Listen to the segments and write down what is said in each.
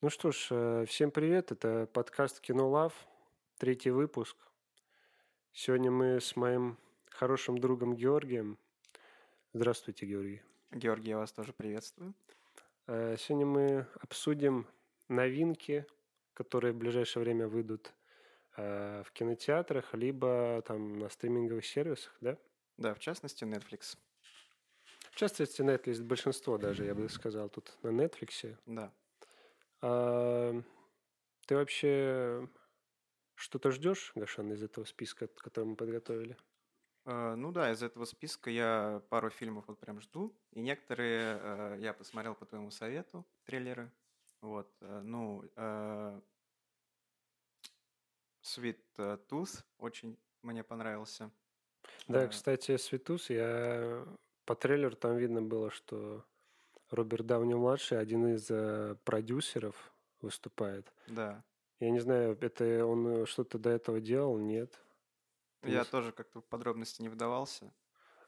Ну что ж, э, всем привет. Это подкаст «Кинолав», третий выпуск. Сегодня мы с моим хорошим другом Георгием. Здравствуйте, Георгий. Георгий, я вас тоже приветствую. Э, Сегодня мы обсудим новинки, которые в ближайшее время выйдут э, в кинотеатрах, либо там на стриминговых сервисах, да? Да, в частности, Netflix. В частности, Netflix, большинство даже, я бы сказал, тут на Netflix. Да. А, ты вообще что-то ждешь, Гашан, из этого списка, который мы подготовили? Э, ну да, из этого списка я пару фильмов вот прям жду. И некоторые э, я посмотрел по твоему совету, трейлеры. Вот, э, ну, э, Sweet э, Tooth очень мне понравился. Да, Э, кстати, Светус, я по трейлеру там видно было, что Роберт Дауни младший, один из э, продюсеров, выступает. Да. Я не знаю, это он э, что-то до этого делал, нет. Ты не Я с- тоже как-то в подробности не вдавался.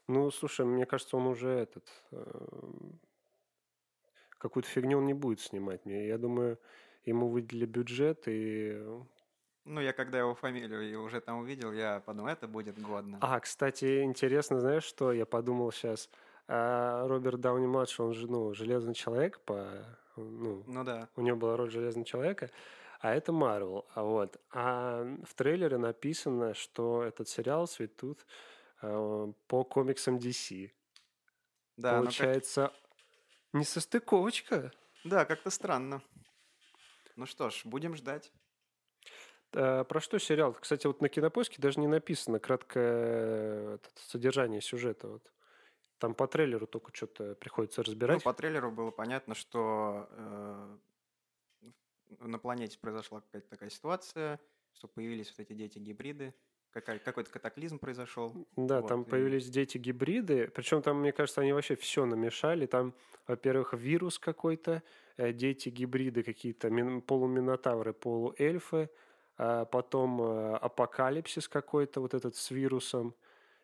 Ну, слушай, мне кажется, он уже этот э, какую-то фигню он не будет снимать. Мне, я думаю, ему выделили бюджет и. Ну, я когда его фамилию и уже там увидел, я подумал, это будет годно. А, кстати, интересно, знаешь, что я подумал сейчас? Роберт Дауни младший, он же ну железный человек по ну Ну да. у него была роль Железного Человека, а это Марвел. А вот, а в трейлере написано, что этот сериал цветут э, по комиксам DC. Да, ну как- Получается, несостыковочка. да, как-то странно. Ну что ж, будем ждать. Э, про что сериал? Кстати, вот на Кинопоиске даже не написано краткое э, этот, содержание сюжета. Вот. Там по трейлеру только что-то приходится Ну, разбирать. по трейлеру было понятно, что э, на планете произошла какая-то такая ситуация, что появились вот эти дети-гибриды, какая- какой-то катаклизм произошел. Да, Вот, там и- появились дети-гибриды. Причем там, мне кажется, они вообще все намешали. Там, во-первых, вирус какой-то, э, дети-гибриды какие-то, мин- полуминотавры, полуэльфы, а потом э, апокалипсис какой-то вот этот с вирусом,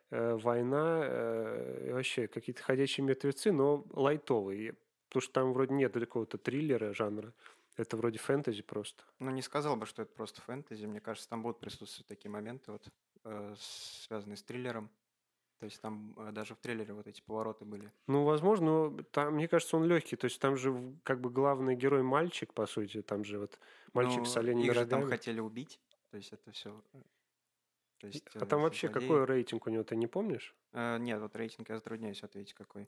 э, война, э, и вообще какие-то ходячие мертвецы, но лайтовые. Потому что там вроде нет какого-то триллера жанра. Это вроде фэнтези просто. Ну, не сказал бы, что это просто фэнтези. Мне кажется, там будут присутствовать такие моменты, вот, э, связанные с триллером. То есть там э, даже в трейлере вот эти повороты были. Ну, возможно, но там, мне кажется, он легкий. То есть там же в- как бы главный герой мальчик, по сути, там же вот мальчик Ну, с оленями Их же рогами. там хотели убить. То есть это все... То есть, А э, там все вообще злодеи. какой рейтинг у него, ты не помнишь? Э, Нет, вот рейтинг я затрудняюсь ответить какой.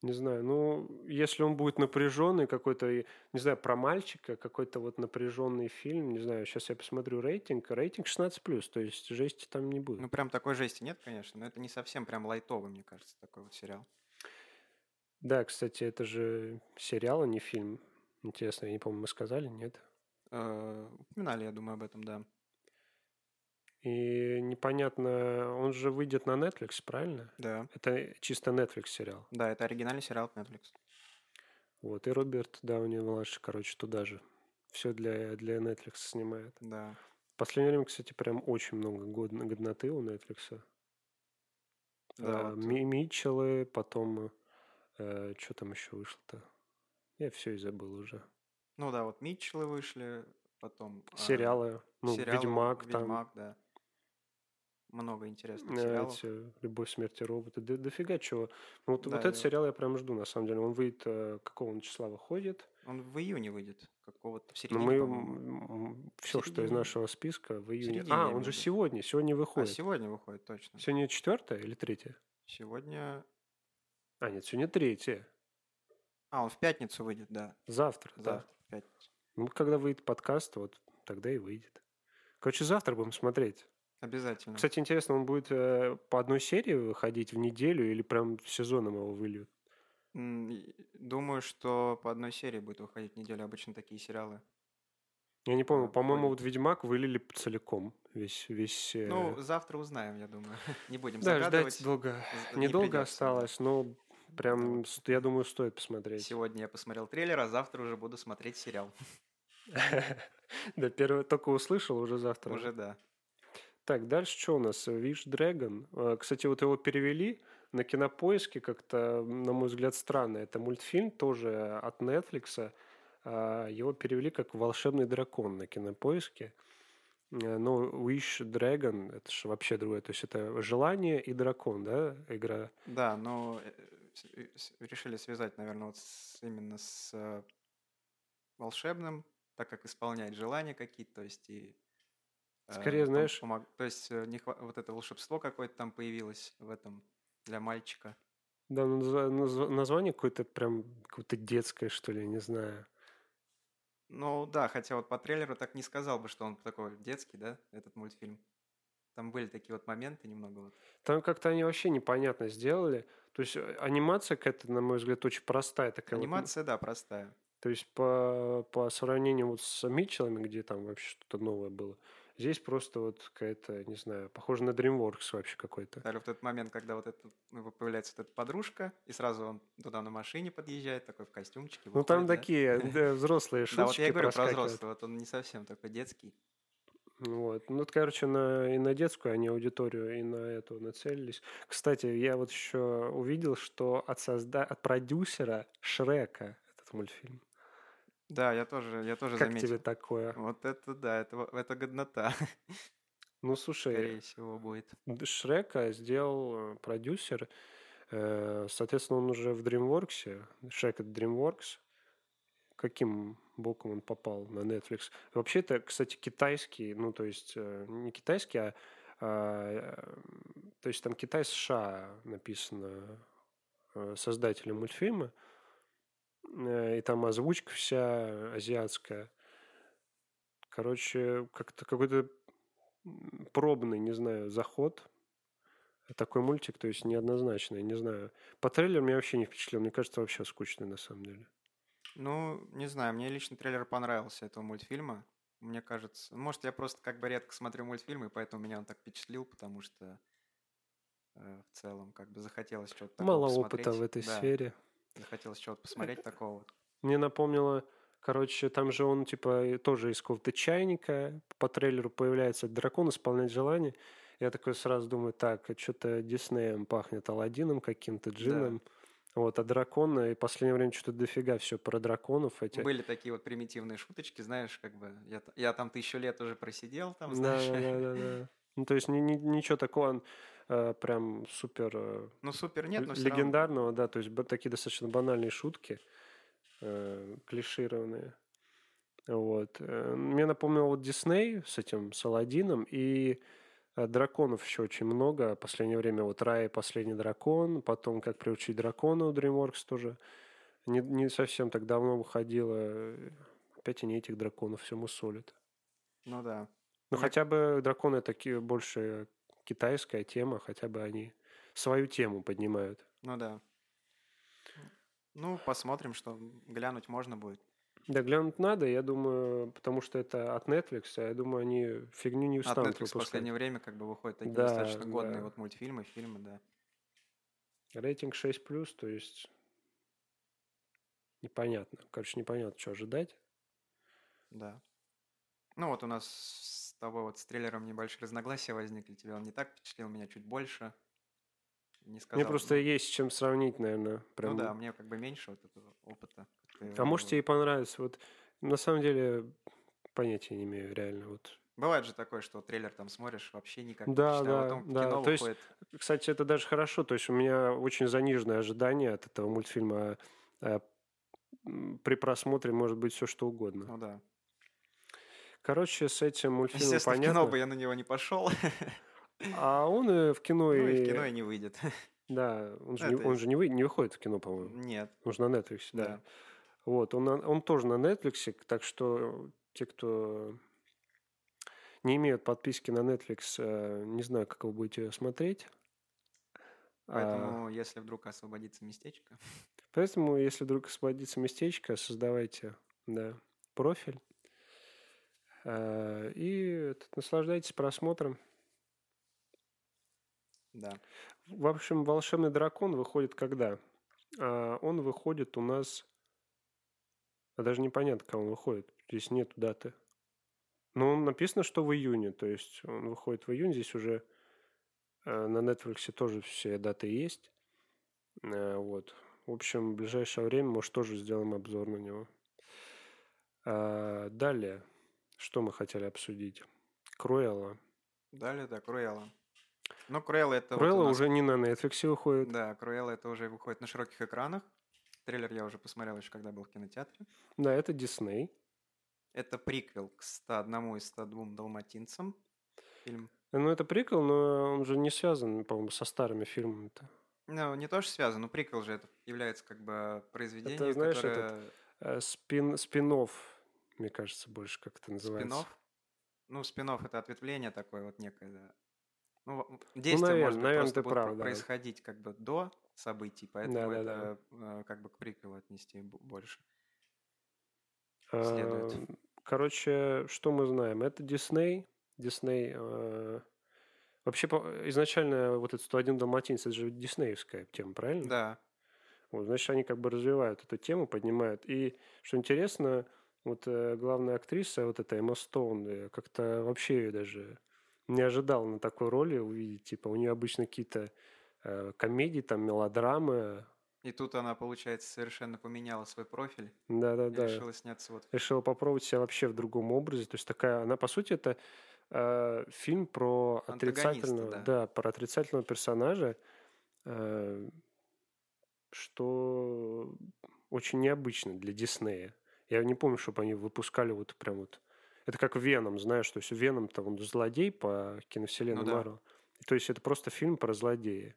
Не знаю. Ну, если он будет напряженный какой-то, и- не знаю, про мальчика, какой-то вот напряженный фильм, не знаю, сейчас я посмотрю рейтинг. Рейтинг 16+, то есть жести там не будет. Ну, прям такой жести нет, конечно, но это не совсем прям лайтовый, мне кажется, такой вот сериал. Да, кстати, это же сериал, а не фильм. Интересно, я не помню, мы сказали, нет? Э, Упоминали, я думаю, об этом, да. И непонятно, он же выйдет на Netflix, правильно? Да. Это чисто Netflix сериал. Да, это оригинальный сериал от Netflix. Вот, и Роберт Дауни младший, короче, туда же. Все для, для Netflix снимает. Да. В последнее время, кстати, прям очень много год- годноты у Netflix. А, Да, вот, э, Митчеллы, потом... что там еще вышло-то? Я все и забыл уже. Ну да, вот Митчеллы вышли, потом... а, Сериалы. Ну, сериалы, Ведьмак, там. Ведьмак, да. Много интересных э, сериалов. эти, Любовь, смерть и роботы. Да, дофига чего. Ну, вот, Да, вот я- этот сериал я прям жду, на самом деле. Он выйдет, э, какого он числа выходит. Он в июне выйдет, какого-то в Но середине, по-моему. А мы все, что из середине. нашего списка в июне. середине, я А, имею он в же виду. сегодня. Сегодня А выходит. сегодня выходит, точно. Сегодня четвертое или третье? Сегодня... А, нет, сегодня третье. А, он в пятницу выйдет, да. Завтра, да. Завтра, в пятницу. Ну, когда выйдет подкаст, вот тогда и выйдет. Короче, завтра будем смотреть. Обязательно. Кстати, интересно, он будет э, по одной серии выходить в неделю или прям сезоном его выльют? М, и- Думаю, что по одной серии будет выходить неделя. Обычно такие сериалы. Я не помню, А, по-моему, вот понятно. «Ведьмак» вылили п- целиком. Весь, весь... э, Ну, завтра узнаем, я думаю. Не будем да, загадывать. ждать долго. З- не Недолго придётся, да. осталось, но прям, вот. с- я думаю, стоит посмотреть. Сегодня я посмотрел трейлер, а завтра уже буду смотреть сериал. Да, первое только услышал, уже завтра. Уже да. Так, дальше что у нас? Wish Dragon. Э, Кстати, вот его перевели на кинопоиске как-то, на мой взгляд, странно. Это мультфильм тоже от Netflix. а, его перевели как «Волшебный дракон» на кинопоиске. Э, Но Wish Dragon, это же вообще другое. То есть это желание и дракон, да, игра. Да, но э, с- э, с- решили связать, наверное, вот с- именно с э, волшебным, так как исполняет желания какие-то, то есть и... э, Скорее, пом- знаешь- помог- То есть э, не хва- вот это волшебство какое-то там появилось в этом для мальчика. Да, ну, назва- назва- название какое-то прям какое-то детское, что ли, я не знаю. Ну да, хотя вот по трейлеру так не сказал бы, что он такой детский, да, этот мультфильм. Там были такие вот моменты немного вот. Там как-то они вообще непонятно сделали. То есть э, анимация какая-то, на мой взгляд, очень простая такая. вот, ну, Анимация, да, простая. То есть по, по сравнению вот с Митчеллами, где там вообще что-то новое было, здесь просто вот какая-то, не знаю, похоже на DreamWorks вообще какой-то. Даже в тот момент, когда вот это, у него появляется вот эта подружка, и сразу он туда на машине подъезжает, такой в костюмчике. Ну там выходит, да. такие да, взрослые шутки Да, вот я и говорю про проскакивают. взрослого, вот он не совсем такой детский. Вот. Ну, вот, короче, на, и на детскую они аудиторию, и на эту нацелились. Кстати, я вот еще увидел, что от, созда... от продюсера Шрека этот мультфильм. Да, я тоже, я тоже как заметил. тебе такое? Вот это да, это, во- это годнота, Ну, слушай, скорее всего, будет. д- Шрека сделал э, продюсер. э, Соответственно, он уже в DreamWorks. Шрек это DreamWorks. Каким боком он попал на Netflix? Вообще, это, кстати, китайский, ну, то есть, э, не китайский, а, а, э, то есть там Китай США написано э, создателем мультфильма, Э, и там озвучка вся азиатская. Короче, как-то какой-то м, пробный, не знаю, заход. Такой мультик, то есть неоднозначный, не знаю. По трейлерам я вообще не впечатлен, мне кажется, вообще скучный на самом деле. Ну, не знаю, мне лично трейлер понравился этого мультфильма. Мне кажется, может, я просто как бы редко смотрю мультфильмы, и поэтому меня он так впечатлил, потому что э, в целом как бы захотелось что-то такого Мало опыта посмотреть. в этой Да, сфере. захотелось чего-то посмотреть такого. вот. Мне напомнило, короче, там же он, типа, и тоже из какого-то чайника. По трейлеру появляется дракон, исполняет желание. Я такой сразу думаю, так, что-то Диснеем пахнет Алладином каким-то, Джином. Вот, а дракон, и в последнее время что-то дофига все про драконов эти. Были такие вот примитивные шуточки, знаешь, как бы я, т- я там тысячу лет уже просидел, там, да, знаешь. да, да, да. Ну, то есть ни- ни- ничего такого э, прям супер э, Ну, супер нет, но л- все легендарного, да, то есть б- такие достаточно банальные шутки, э, клишированные. Вот. Э, Мне напомнил вот Дисней с этим Саладином и э, драконов еще очень много. В последнее время вот Рай и последний дракон, потом Как приучить дракона у DreamWorks тоже. Не, не совсем так давно выходило. Опять они этих драконов все мусолят. Ну да. Ну, Мне- хотя бы драконы такие больше китайская тема, хотя бы они свою тему поднимают. Ну да. Ну, посмотрим, что глянуть можно будет. Да, глянуть надо, я думаю, потому что это от Netflix, а я думаю, они фигню не От устанут Netflix А в выпускать. последнее время как бы выходят такие Да, достаточно годные да. вот мультфильмы, фильмы, да. Рейтинг 6+, то есть непонятно. Короче, непонятно, что ожидать. Да. Ну вот у нас с тобой вот с трейлером небольшие разногласия возникли. Тебя он не так впечатлил, меня чуть больше. Не сказал. Мне просто бы. есть с чем сравнить, наверное. Прям. Ну да, мне как бы меньше вот этого опыта. как ты А может, говорил. тебе и понравится. Вот на самом деле понятия не имею, реально. Вот. Бывает же такое, что трейлер там смотришь, вообще никак не Да, впечатлял, да, а потом да. кино То есть выходит. Кстати, это даже хорошо. То есть у меня очень заниженное ожидание от этого мультфильма. Э, м, При просмотре может быть все что угодно. Ну да. Короче, с этим мультфильмом Естественно, в кино бы понятно. я на него не пошел, А он э, в кино ну и... и в кино и не выйдет. Да, он же, Да, не, это он и- же не, вы- не выходит в кино, по-моему. Нет, Нужно на Netflix, да. да. Вот, он, на- он тоже на Netflix, так что э, те, кто не имеют подписки на Netflix, э, не знаю, как вы будете смотреть. А, Поэтому, если вдруг освободится местечко, Поэтому, если вдруг освободится местечко, создавайте да, профиль Э, и этот, наслаждайтесь просмотром. да. В общем, «Волшебный дракон» выходит когда? А, Он выходит у нас... а Даже непонятно, когда он выходит. Здесь нет даты. Но он написано, что в июне. То есть он выходит в июне. Здесь уже э, на Netflix тоже все даты есть. А, Э, Вот. В общем, в ближайшее время, может, тоже сделаем обзор на него. А, далее, что мы хотели обсудить? Круэлла. Далее, да, Круэлла. Ну, Круэлла это... вот у Круэлла нас- уже не на Netflix выходит. Да, Круэлла это уже выходит на широких экранах. Трейлер я уже посмотрел еще, когда был в кинотеатре. Да, это Дисней. Это приквел к 101 из 102 далматинцам. Фильм Ну, это прикол, но он же не связан, по-моему, со старыми фильмами-то. Ну, не то, что связано, но приквел же это является как бы произведением, знаешь, этот которое Э, Спин, спин-офф, мне кажется, больше как это называется. спин-офф. Ну, спин это ответвление такое вот некое, да. Ну, во- действие наверное, может быть, наверное, просто ты будет прав, про- да. происходить как бы до событий, поэтому да, это э, как бы к приквелу отнести бо- больше. Э, следует. Короче, что мы знаем? Это Дисней. Дисней... э, Вообще, по- изначально вот этот 101 Далматинец, это же диснеевская тема, правильно? Да, Вот, значит, они как бы развивают эту тему, поднимают. И, что интересно, вот э, главная актриса, вот эта Эмма Стоун, э, как-то вообще ее даже не ожидал на такой роли увидеть. Типа у нее обычно какие-то э, комедии, там, мелодрамы. и тут она, получается, совершенно поменяла свой профиль и Да-да-да. решила сняться вот... решила попробовать себя вообще в другом образе. То есть такая, она по сути это э, фильм про Антагониста, отрицательного, да. да. про отрицательного персонажа, э, что очень необычно для Диснея. Я не помню, чтобы они выпускали вот прям вот. Это как Веном, знаешь, то есть Веном то он злодей по киновселенной Ну да. Марвел. То есть это просто фильм про злодея.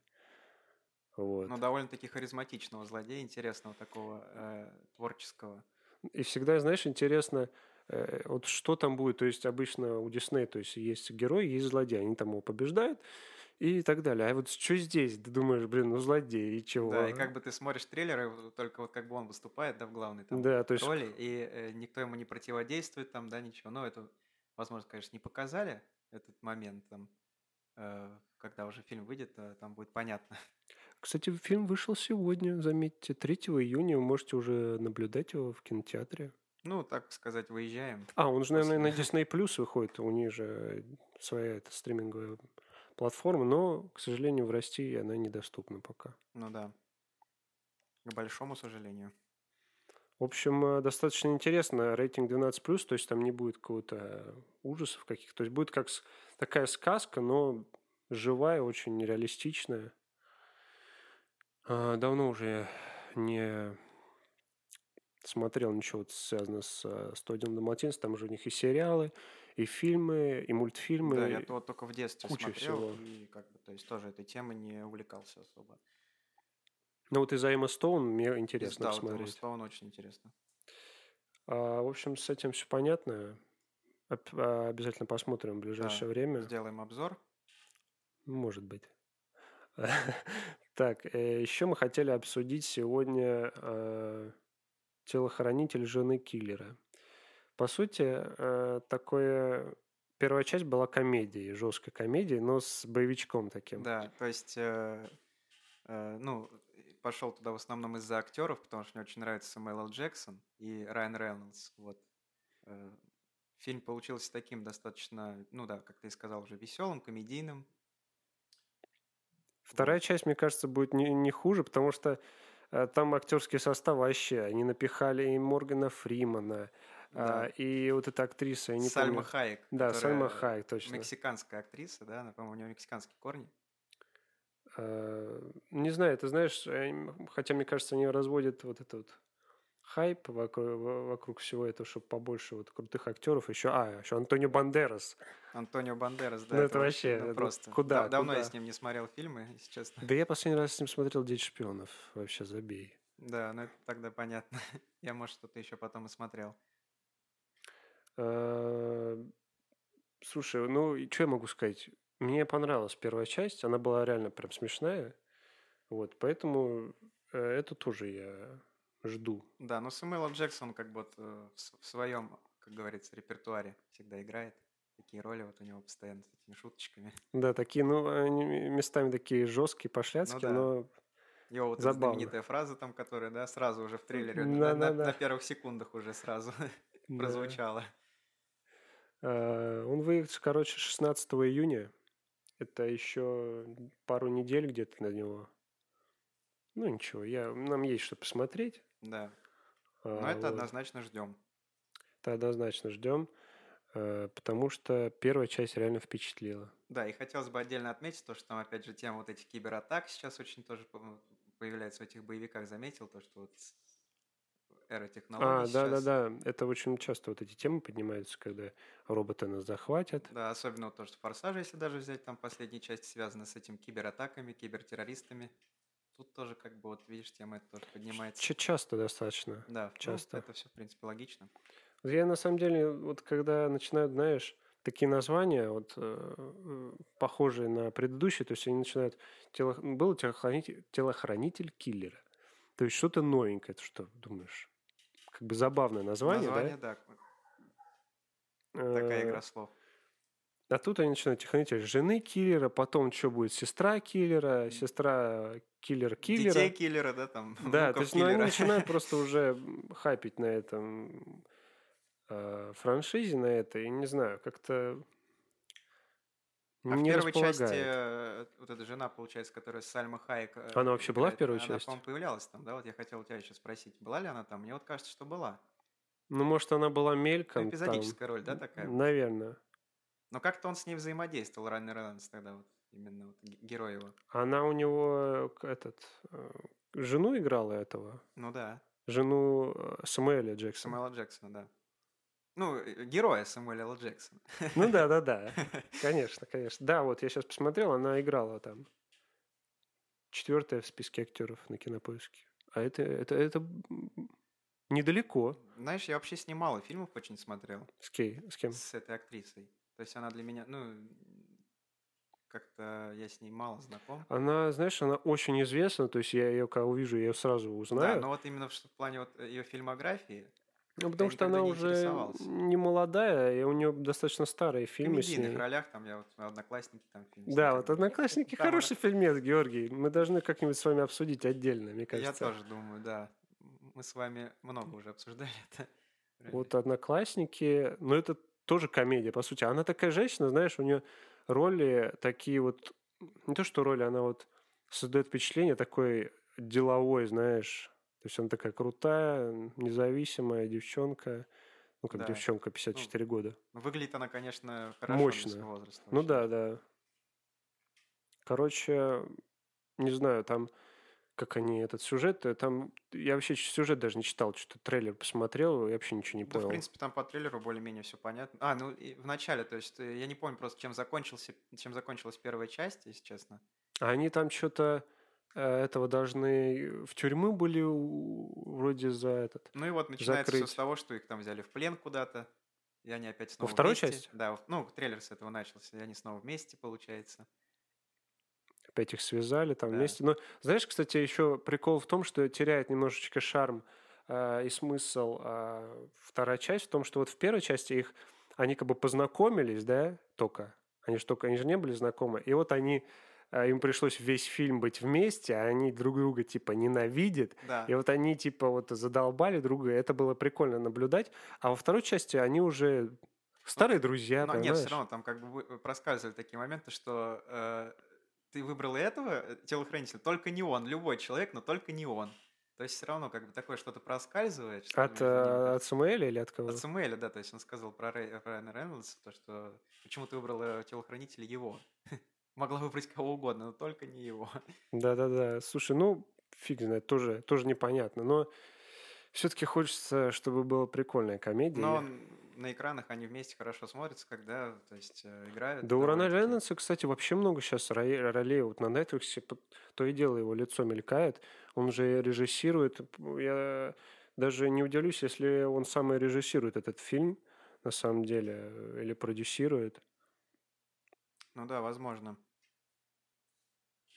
Вот. Ну, довольно-таки харизматичного злодея, интересного такого э, творческого. И всегда, знаешь, интересно, э, вот что там будет. То есть обычно у Диснея, то есть есть герой, есть злодей, они там его побеждают и так далее. А вот что здесь? Ты думаешь, блин, ну злодей и чего? Да, и как бы ты смотришь трейлеры, вот только вот как бы он выступает, да, в главной там Да, то есть роли, и э, никто ему не противодействует там, да, ничего. Но это, возможно, конечно, не показали этот момент там, э, когда уже фильм выйдет, э, там будет понятно. Кстати, фильм вышел сегодня, заметьте, 3 июня. Вы можете уже наблюдать его в кинотеатре. Ну, так сказать, выезжаем. А, он же, наверное, на После- Disney Plus выходит. У них же своя эта стриминговая платформа, но, к сожалению, в России она недоступна пока. Ну да. К большому сожалению. В общем, э, достаточно интересно. Рейтинг 12+, то есть там не будет какого-то ужасов каких-то. То есть будет как с- такая сказка, но живая, очень реалистичная. А, Давно уже не смотрел ничего вот связанного с э, «Студием Далматинец». Там же у них и сериалы, и фильмы, и мультфильмы. Да, я то вот только в детстве куча смотрел, всего. и как бы, то есть тоже этой темой не увлекался особо. Ну вот из-за Эммы Стоун мне И интересно да, вот Эмма посмотреть. Стоун очень интересно. А, в общем, с этим все понятно. Оп- а, Обязательно посмотрим в ближайшее время. Сделаем обзор. Может быть. Так, еще мы хотели обсудить сегодня э, телохранитель жены киллера. По сути, э, такое... Первая часть была комедией, жесткой комедией, но с боевичком таким. Да, то есть, э, э, ну, пошел туда в основном из-за актеров, потому что мне очень нравится Сэмюэл Л. Джексон и Райан Рейнольдс. Вот. Э, Фильм получился таким достаточно, ну да, как ты и сказал, уже веселым, комедийным. Вторая часть, мне кажется, будет не, не хуже, потому что э, там актерский состав вообще. Они напихали и Моргана Фримана, а, Да. и вот эта актриса, я не Сальма помню. Хайек. Да, которая, Сальма э, Хайек, точно. Мексиканская актриса, да, она, по-моему, у нее мексиканские корни. Э, Не знаю, ты знаешь, э, м, хотя, мне кажется, они разводят вот этот вот хайп вокруг, вокруг всего этого, чтобы побольше вот крутых актеров еще. А, еще Антонио Бандерас. Антонио Бандерас, да. Ну, это вообще, ну, это просто. куда, Да- давно я куда? с ним не смотрел фильмы, если честно. Да я последний раз с ним смотрел «Дети шпионов». Вообще забей. Да, ну это тогда понятно. Я, может, что-то еще потом и смотрел. Э, Слушай, ну, что я могу сказать? Мне понравилась первая часть, она была реально прям смешная. Вот, поэтому э, это тоже я жду. Да, но Сэмюэл Л. Джексон как бы вот, э, в с- в своем, как говорится, репертуаре всегда играет. Такие роли вот у него постоянно с этими шуточками. Да, такие, ну, они местами такие жесткие, пошляцкие, да. но Его вот эта Забавно. знаменитая фраза там, которая, да, сразу уже в трейлере, Н- на, на- да-да-да. на первых секундах уже сразу Да. прозвучала. Э, Он выйдет, короче, 16 июня. Это еще пару недель где-то на него. Ну ничего, я, нам есть что посмотреть. Да, А, но Ну, это вот. однозначно ждем. Это однозначно ждем, э, потому что первая часть реально впечатлила. Да, и хотелось бы отдельно отметить то, что там, опять же, тема вот этих кибератак сейчас очень тоже по- появляется в этих боевиках. Заметил то, что вот эра технологий А, сейчас. да-да-да, это очень часто вот эти темы поднимаются, когда роботы нас захватят. Да, особенно вот то, что «Форсажи», если даже взять, там последние части связаны с этим кибератаками, кибертеррористами. Тут тоже как бы вот, видишь, тема эта тоже поднимается. Ч- часто достаточно. да, ну, часто. это все, в принципе, логично. Я на самом деле, вот когда начинают, знаешь, такие названия, вот э, э, похожие на предыдущие, то есть они начинают тело, был телохранитель, телохранитель киллера. То есть что-то новенькое, ты что думаешь? Как бы забавное название, Название, да? да, такая Э, игра слов. А тут они начинают телохранитель жены киллера, потом что будет сестра киллера, сестра киллер-киллера. Детей киллера, да, там, Да, внуков то есть ну, они киллера. начинают просто уже м, хайпить на этом э, франшизе, на этой, и не знаю, как-то А в не первой части располагает. э, вот эта жена, получается, которая Сальма Хайек... э, Она вообще была в играет, первой Она, части? по-моему, появлялась там, да? Вот я хотел у тебя еще спросить, была ли она там? Мне вот кажется, что была. Ну, может, она была Ну, мельком там. Эпизодическая роль, да, такая? Наверное. Но как-то он с ней взаимодействовал, Райан Рейнольдс тогда, вот, именно вот, ге- герой его. Она у него, э, к- этот, э, жену играла этого? Ну да, Жену э, Самуэля Джексона. Самуэла Джексона, да. Ну, э, героя Самуэля Л. Джексона. Ну да, да, да. Конечно, конечно. Да, вот я сейчас посмотрел, она играла там. Четвертая в списке актеров на кинопоиске. А это, это, это м, недалеко Знаешь, я вообще снимал и фильмов очень смотрел с, кей, с кем. с этой актрисой. То есть она для меня, ну, как-то я с ней мало знаком. Она, знаешь, она очень известна, то есть я ее когда увижу, я ее сразу Да, узнаю. но вот именно в ш- в плане вот ее фильмографии, ну, потому я что никогда она не уже интересовался. не молодая, и у нее достаточно старые в фильмы с комедийных ней. ролях, там я вот «Одноклассники» там фильм. с Да, ней вот как бы. «Одноклассники» Там она- хороший фильмец, Георгий. Мы должны как-нибудь с вами обсудить отдельно, мне Я кажется. тоже думаю, да. М- Мы с вами много уже обсуждали это. Вот «Одноклассники», но это тоже комедия, по сути. Она такая женщина, знаешь, у нее роли такие вот... Не то, что роли, она вот создает впечатление такой деловой, знаешь. То есть она такая крутая, независимая девчонка. Ну, как Да. девчонка, 54 года. Ну, Выглядит она, конечно, хорошо Мощно. для своего возраста. Ну очень. да, да. Короче, не знаю, там как они этот сюжет, э, там я вообще ч- сюжет даже не читал, что-то трейлер посмотрел, я вообще ничего не Да, в понял. принципе, там по трейлеру более-менее все понятно. А, ну, и в начале, то есть, э, я не помню просто, чем, закончился, чем закончилась первая часть, если честно. А они там что-то этого должны в тюрьму были у- вроде за этот. Ну и вот начинается все Закрыть. с того, что их там взяли в плен куда-то, и они опять снова второй вместе. части? Да, во- ну, трейлер с этого начался, и они снова вместе, получается. Опять их связали там Да. вместе. Но знаешь, кстати, еще прикол в том, что теряет немножечко шарм э, и смысл э, вторая часть в том, что вот в первой части их они как бы познакомились, да, только. Они же только, они же не были знакомы. И вот они, э, им пришлось весь фильм быть вместе, а они друг друга типа ненавидят. Да. И вот они типа вот задолбали друг друга. Это было прикольно наблюдать. А во второй части они уже старые друзья, Но Ну, нет, понимаешь? все равно там как бы вы- э, проскальзывали такие моменты, что э, ты выбрал и этого э, телохранителя, только не он, любой человек, но только не он. То есть все равно как бы такое что-то проскальзывает. что От, между ними э, там. от Самуэля или от кого? От Самуэля, да, то есть он сказал про Рэй- Райана Рейнольдса, то, что почему ты выбрал э, телохранителя его. Могла выбрать кого угодно, но только не его. Да-да-да. Слушай, ну, фиг знает, тоже, тоже непонятно. Но все-таки хочется, чтобы была прикольная комедия. Но он- на экранах они вместе хорошо смотрятся, когда, то есть, э, играют. Да у Рона довольно-таки. Рейнольдса, кстати, вообще много сейчас ролей вот на Netflix. по- То и дело его лицо мелькает. Он же и режиссирует. Я даже не удивлюсь, если он сам и режиссирует этот фильм, на самом деле, э, или продюсирует. Ну да, возможно.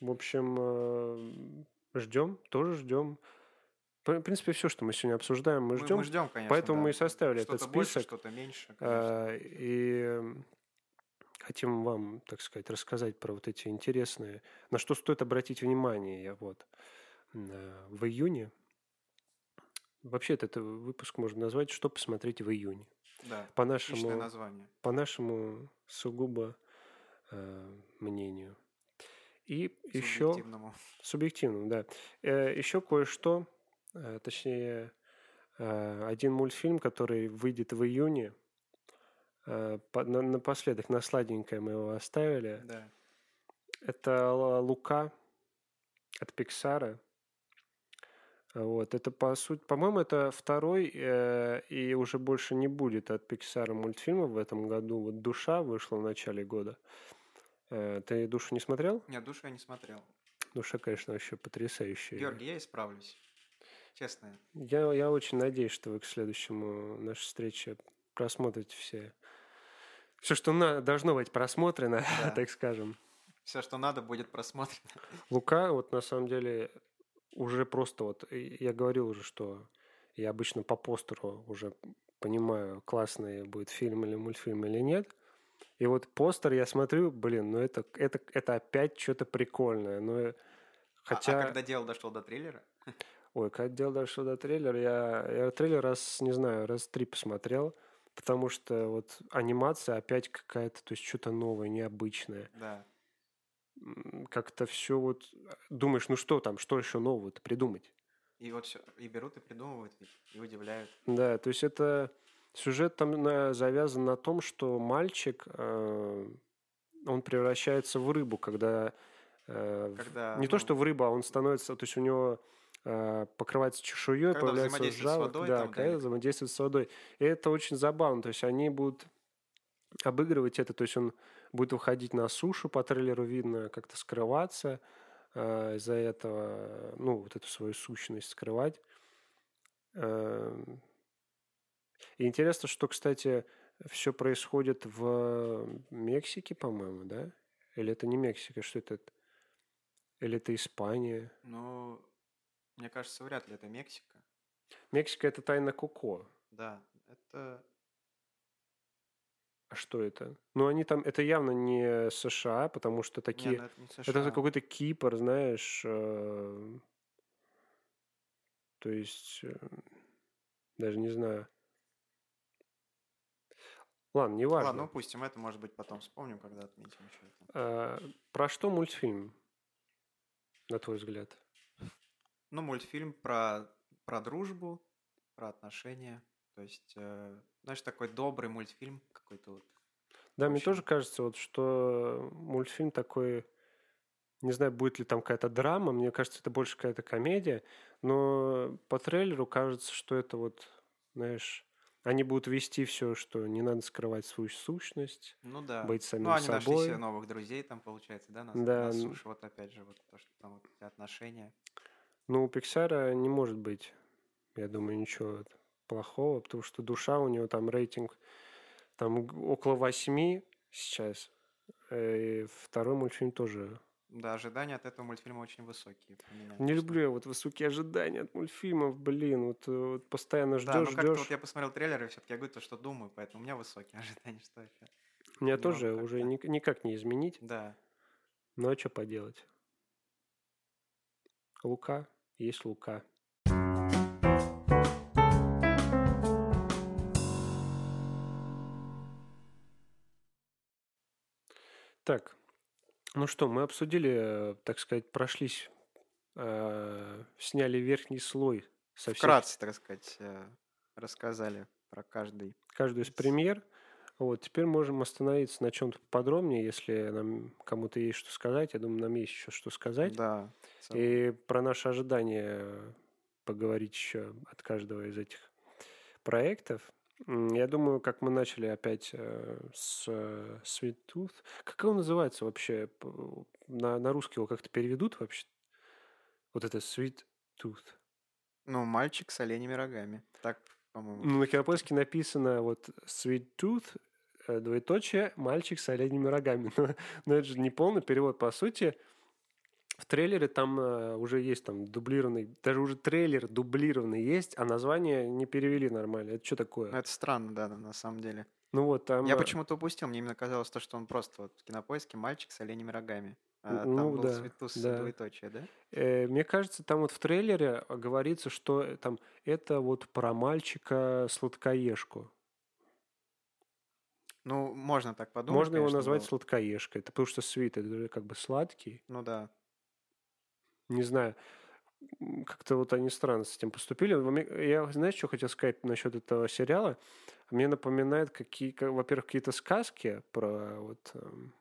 В общем, ждем, тоже ждем. В принципе, все, что мы сегодня обсуждаем, мы ждем. ждем, конечно. поэтому да. мы и составили что-то этот Больше, список. что-то меньше. конечно. А, И м, хотим вам, так сказать, рассказать про вот эти интересные, на что стоит обратить внимание я вот на- в июне. Вообще этот э, выпуск можно назвать «Что посмотреть в июне». Да. По Отличное нашему, название. по нашему сугубо э, мнению. И еще субъективному. субъективному, да. еще кое-что, э, точнее, э, э, один мультфильм, который выйдет в июне. Э, по- на- Напоследок, на сладенькое мы его оставили. Да. Это Л- Лука от Пиксара. Вот, это по сути, по-моему, это второй э, и уже больше не будет от Пиксара мультфильма в этом году. Вот Душа вышла в начале года. Э, ты Душу не смотрел? Нет, душу я не смотрел. Душа, конечно, вообще потрясающая. игра. Георгий, я исправлюсь. Честно. Я, я очень надеюсь, что вы к следующему нашей встрече просмотрите все. Все, что на, должно быть просмотрено, Да. А, так скажем. Все, что надо, будет просмотрено. А, Лука, вот на самом деле, уже просто вот, и- я говорил уже, что я обычно по постеру уже понимаю, классный будет фильм или мультфильм или нет. И вот постер я смотрю, блин, ну это, это, это опять что-то прикольное. Но А- хотя... А, когда дело дошло до триллера, Ой, как дело дошло до трейлера, я, я трейлер раз, не знаю, раз три посмотрел, потому что вот анимация опять какая-то, то есть что-то новое, необычное. да. М, Как-то все вот... э, Думаешь, ну что там, что еще нового-то придумать? И вот все. И берут, и придумывают, ведь, и удивляют. Да, то есть это... Сюжет там на- завязан на том, что мальчик, э, он превращается в рыбу, когда... э, в- Когда, не то, ну, что в рыбу, а он становится... То есть у него э, покрывается чешуей, Когда появляется взаимодействует с ржавых, водой, да, там, да, когда или- взаимодействует с водой. И это очень забавно. То есть они будут обыгрывать это. То есть он будет выходить на сушу, по трейлеру видно, как-то скрываться э, из-за этого, ну, вот эту свою сущность скрывать. Эм, И интересно, что, кстати, все происходит в Мексике, по-моему, да? Или это не Мексика, что это? Или это Испания? Ну, мне кажется, вряд ли это Мексика. Мексика – это тайна Коко. Да, это... А что это? Ну, они там... Это явно не США, потому что не, такие... ну, это не это США. какой-то Кипр, знаешь... э, То есть... э, Даже не знаю. Ладно, не важно. Ладно, упустим это, может быть, потом вспомним, когда отметим еще это. А, Про что мультфильм, на твой взгляд? Ну, мультфильм про, про дружбу, про отношения. То есть, э, знаешь, такой добрый мультфильм какой-то вот. Да, мне Очень. тоже кажется, вот, что мультфильм такой... Не знаю, будет ли там какая-то драма, мне кажется, это больше какая-то комедия, но по трейлеру кажется, что это вот, знаешь, они будут вести все, что не надо скрывать свою сущность, Ну да. быть самим ну, они нашли собой. себе новых друзей там, получается, да? На, Да, н- на суше, вот опять же, вот то, что там вот эти отношения. Но у Пиксара не может быть, я думаю, ничего плохого, потому что душа у него там рейтинг там г- около восьми сейчас. Э, И второй мультфильм тоже. Да, ожидания от этого мультфильма очень высокие. у меня, Не честно. люблю я вот высокие ожидания от мультфильмов, блин, вот, э, вот постоянно Да, ну ждешь, как-то вот ждешь. я посмотрел трейлер, и все-таки я говорю то, что думаю, поэтому у меня высокие ожидания, что это. Меня понимал, тоже как уже так. ни- никак не изменить. Да, Ну а что поделать? Лука есть лука. Так, ну что, мы обсудили, э, так сказать, прошлись, э, сняли верхний слой со всех вкратце, так сказать, э, рассказали про каждый. каждую из С- премьер. Вот, теперь можем остановиться на чем-то подробнее, если нам кому-то есть что сказать. Я думаю, нам есть еще что сказать. Да. в целом. И про наши ожидания поговорить еще от каждого из этих проектов. М, Я думаю, как мы начали опять э, с э, Sweet Tooth. Как его называется вообще? П- На, на русский его как-то переведут вообще? Вот это Sweet Tooth. Ну, мальчик с оленями рогами. Так, по-моему. Ну, на кинопоиске написано вот Sweet Tooth, э, двоеточие, мальчик с оленями рогами. Но, но это же не полный перевод, по сути. В трейлере там э, уже есть там дублированный, даже уже трейлер дублированный есть, а название не перевели нормально. Это что Ну, такое? это странно, да, на- на самом деле. Ну вот там... Я э, почему-то упустил, мне именно казалось то, что он просто вот в кинопоиске мальчик с оленями рогами. А Ну, там был да, Светус да. двоеточие, да? Э, Мне кажется, там вот в трейлере говорится, что э, там это вот про мальчика сладкоежку. Ну, можно так подумать. Можно его конечно, назвать было. сладкоежкой. Это потому что свит это же как бы сладкий. Ну да. Не знаю. как-то вот они странно с этим поступили. Я, знаешь, что хотел сказать насчет этого сериала? Мне напоминает, какие, как, во-первых, какие-то сказки про вот эм,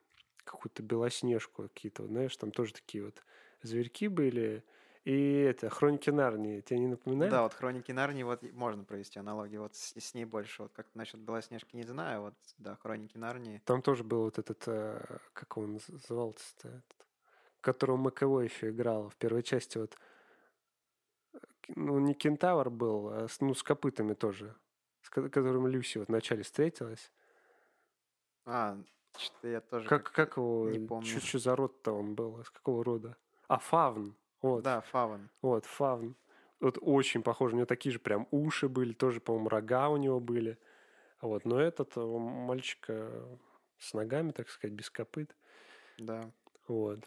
какую-то белоснежку, какие-то, знаешь, там тоже такие вот зверьки были. И это, хроники Нарнии, тебе не напоминает? Да, вот хроники Нарнии, вот можно провести аналогию, вот с, с ней больше, вот как насчет Белоснежки не знаю, вот, да, хроники Нарнии. Там тоже был вот этот, э, как он звался-то, этот, которого Маковой еще играл в первой части, вот, ну, не кентавр был, а с, ну, с копытами тоже, с ко- которым Люси вот вначале встретилась. А, что-то я тоже Как, как его, не помню. чуть что за род-то он был, из какого рода? А, фавн, вот. Да, Фаван. Вот, фавн. Вот очень похоже. У него такие же прям уши были, тоже, по-моему, рога у него были. Вот, но этот э, мальчика с ногами, так сказать, без копыт. Да. Вот.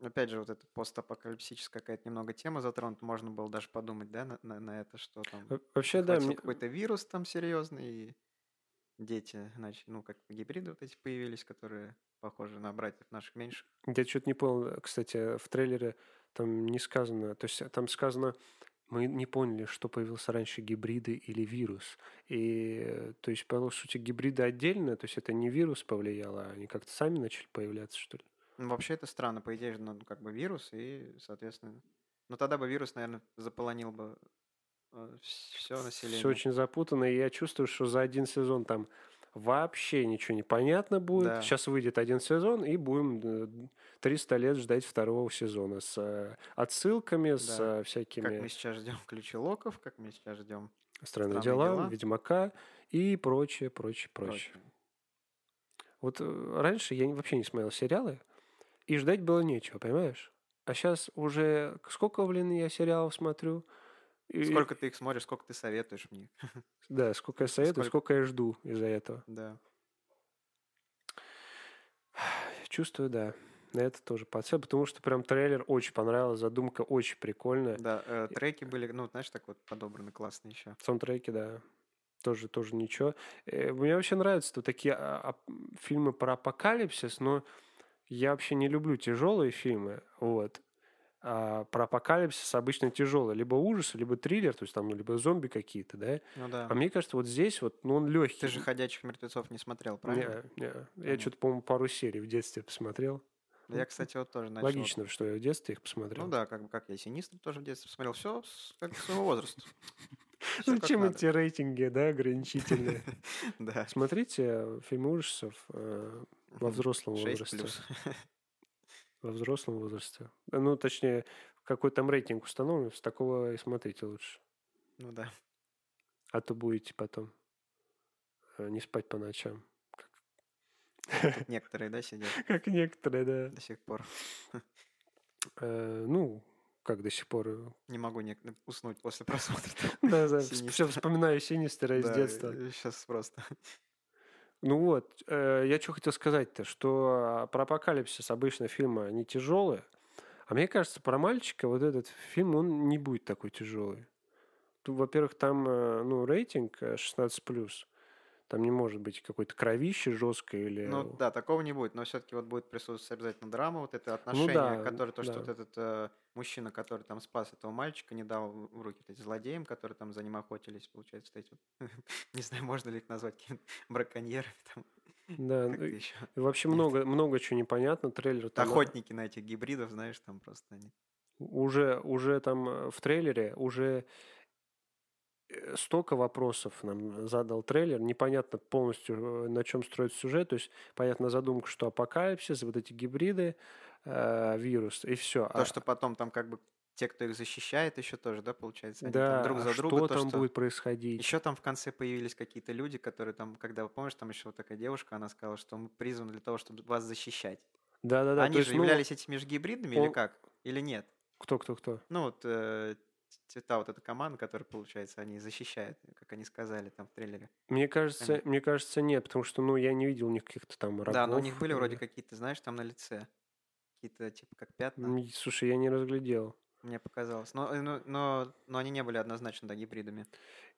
Опять же, вот эта постапокалипсическая какая-то немного тема затронута. Можно было даже подумать, да, на, на- на это, что там Во- Вообще, да, хватил мне- какой-то вирус там серьезный, и дети, значит, ну, как гибриды вот эти появились, которые похожи на братьев наших меньших. я что-то не понял, кстати, в трейлере там не сказано, то есть э, там сказано, мы не поняли, что появился раньше, гибриды или вирус. И, э, то есть, по сути, гибриды отдельно, то есть это не вирус повлияло, а они как-то сами начали появляться, что ли? Ну, вообще это странно, по идее же, ну, как бы вирус, и, соответственно... Ну, тогда бы вирус, наверное, заполонил бы все население. Все очень запутанно, и я чувствую, что за один сезон там вообще ничего не понятно будет. Да. Сейчас выйдет один сезон, и будем э, 300 лет ждать второго сезона с э, отсылками, с Да. э, Как всякими мы сейчас ждем ключи локов, как мы сейчас ждем странными «Странные делами, дела». Ведьмака и прочее, прочее, прочее. Вот э, раньше я не- вообще не смотрел сериалы, и ждать было нечего, понимаешь? А сейчас уже к- сколько, блин, я сериалов смотрю? И- Сколько ты их смотришь, сколько ты советуешь мне. Да, сколько я советую, сколько- сколько я жду из-за этого. Да. Чувствую, да. На это тоже подсел, потому что прям трейлер очень понравился, задумка очень прикольная. Да, э, треки были, ну, знаешь, так вот подобраны классно еще. Саундтреки, да, тоже, тоже ничего. Э, Мне вообще нравятся вот такие а, ап- фильмы про апокалипсис, но я вообще не люблю тяжелые фильмы, вот. А про апокалипсис обычно тяжелый. Либо ужас, либо триллер, то есть там, ну, либо зомби какие-то, да. Ну да. А мне кажется, вот здесь вот, ну, он легкий. Ты же «Ходячих мертвецов» не смотрел, правильно? Не, не. Я Понятно. что-то, по-моему, пару серий в детстве посмотрел. Я, кстати, вот тоже начал. Логично, что я в детстве их посмотрел. Ну да, как бы как я и «Синистр» тоже в детстве посмотрел. Все как своего возраста. Всё как Зачем надо. Ну, эти рейтинги, да, ограничительные? Да. Смотрите фильмы ужасов э, во взрослом 6 возрасте. плюс. Во взрослом возрасте. Э, Ну, точнее, какой там рейтинг установлен, с такого и смотрите лучше. Ну да. А то будете потом э, не спать по ночам. Тут некоторые, да, сидят Как некоторые, да. до сих пор. Э, Ну, как до сих пор. э, Не могу не уснуть после просмотра. Да, да. Синистер. Все вспоминаю Синистера из детства. Сейчас просто. Ну вот, э, я что хотел сказать-то, что а, про апокалипсис обычно фильмы, они тяжелые, а мне кажется, про мальчика вот этот фильм, он не будет такой тяжелый. Ту- Во-первых, там э, ну, рейтинг э, 16+, там не может быть какой-то кровищи жесткой или... Ну да, такого не будет, но все-таки вот будет присутствовать обязательно драма, вот это отношение, Ну да, которое то, что да. вот этот э, мужчина, который там спас этого мальчика, не дал в в руки вот этим злодеям, которые там за ним охотились, получается, вот эти вот, не знаю, можно ли их назвать какими-то браконьерами там, Да, как-то ну, и еще. вообще нет. много, много чего непонятно, трейлер там... а, Охотники на этих гибридов, знаешь, там просто они. Уже, уже там э, в трейлере уже э, столько вопросов нам задал трейлер. Непонятно полностью, э, на чем строится сюжет. То есть, понятна задумка, что апокалипсис, вот эти гибриды, э, вирус, и А, все. То, что потом там как бы те, кто их защищает, еще тоже, да, получается, они там да, друг а за что друга, то, там что- будет происходить? Еще там в конце появились какие-то люди, которые там, когда, помнишь, там еще вот такая девушка, она сказала, что мы призваны для того, чтобы вас защищать. Да-да-да. Они то есть, же ну, являлись этими же гибридами или он- как? Или нет? Кто, кто, кто? Ну вот э, т- та вот эта команда, которая, получается, они защищают, как они сказали там в трейлере. Мне кажется, Они- мне кажется, нет, потому что, ну, я не видел у них каких-то там рабов. Да, но у них были или- вроде какие-то, знаешь, там на лице. Какие-то, типа, как пятна, М, Слушай, я не разглядел. мне показалось. Но, э, ну- но, но они не были однозначно, да, гибридами.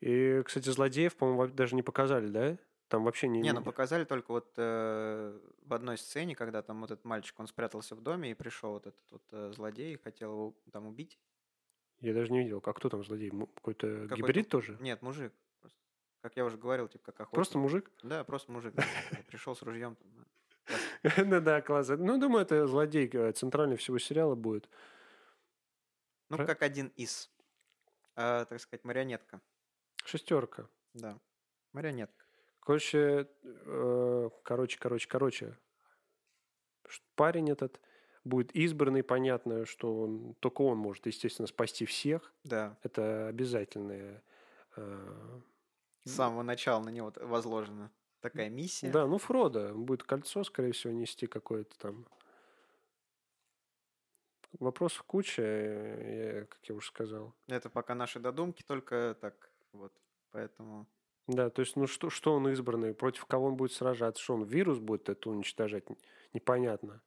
И, кстати, злодеев, по-моему, во- даже не показали, да? Там вообще не... Не, ну показали только вот э, в одной сцене, когда там вот этот мальчик, он спрятался в доме и пришел вот этот вот э, злодей и хотел его там убить. Я даже не видел, как кто там злодей? М- Какой-то Какой-то- гибрид тоже? Нет, мужик. Просто. Как я уже говорил, типа как охотник. Просто мужик? Да, просто мужик. да, Пришел с ружьем. там, да. Да-да, класс. Ну, думаю, это злодей э, центральный всего сериала будет. Ну, Про- как один из. А, так сказать, марионетка. Шестерка. Да. Марионетка. Короче, э, короче, короче, короче. Ш- Парень этот будет избранный, понятно, что он, только он может, естественно, спасти всех. Да. Это обязательное. э, С самого начала на него т- возложена такая миссия. Да, ну Фродо будет кольцо, скорее всего, нести какое-то там. Вопросов куча, э, я- как я уже сказал. Это пока наши додумки только так вот. Поэтому... Да, то есть, ну что, что он избранный, против кого он будет сражаться, что он вирус будет это уничтожать, н- непонятно.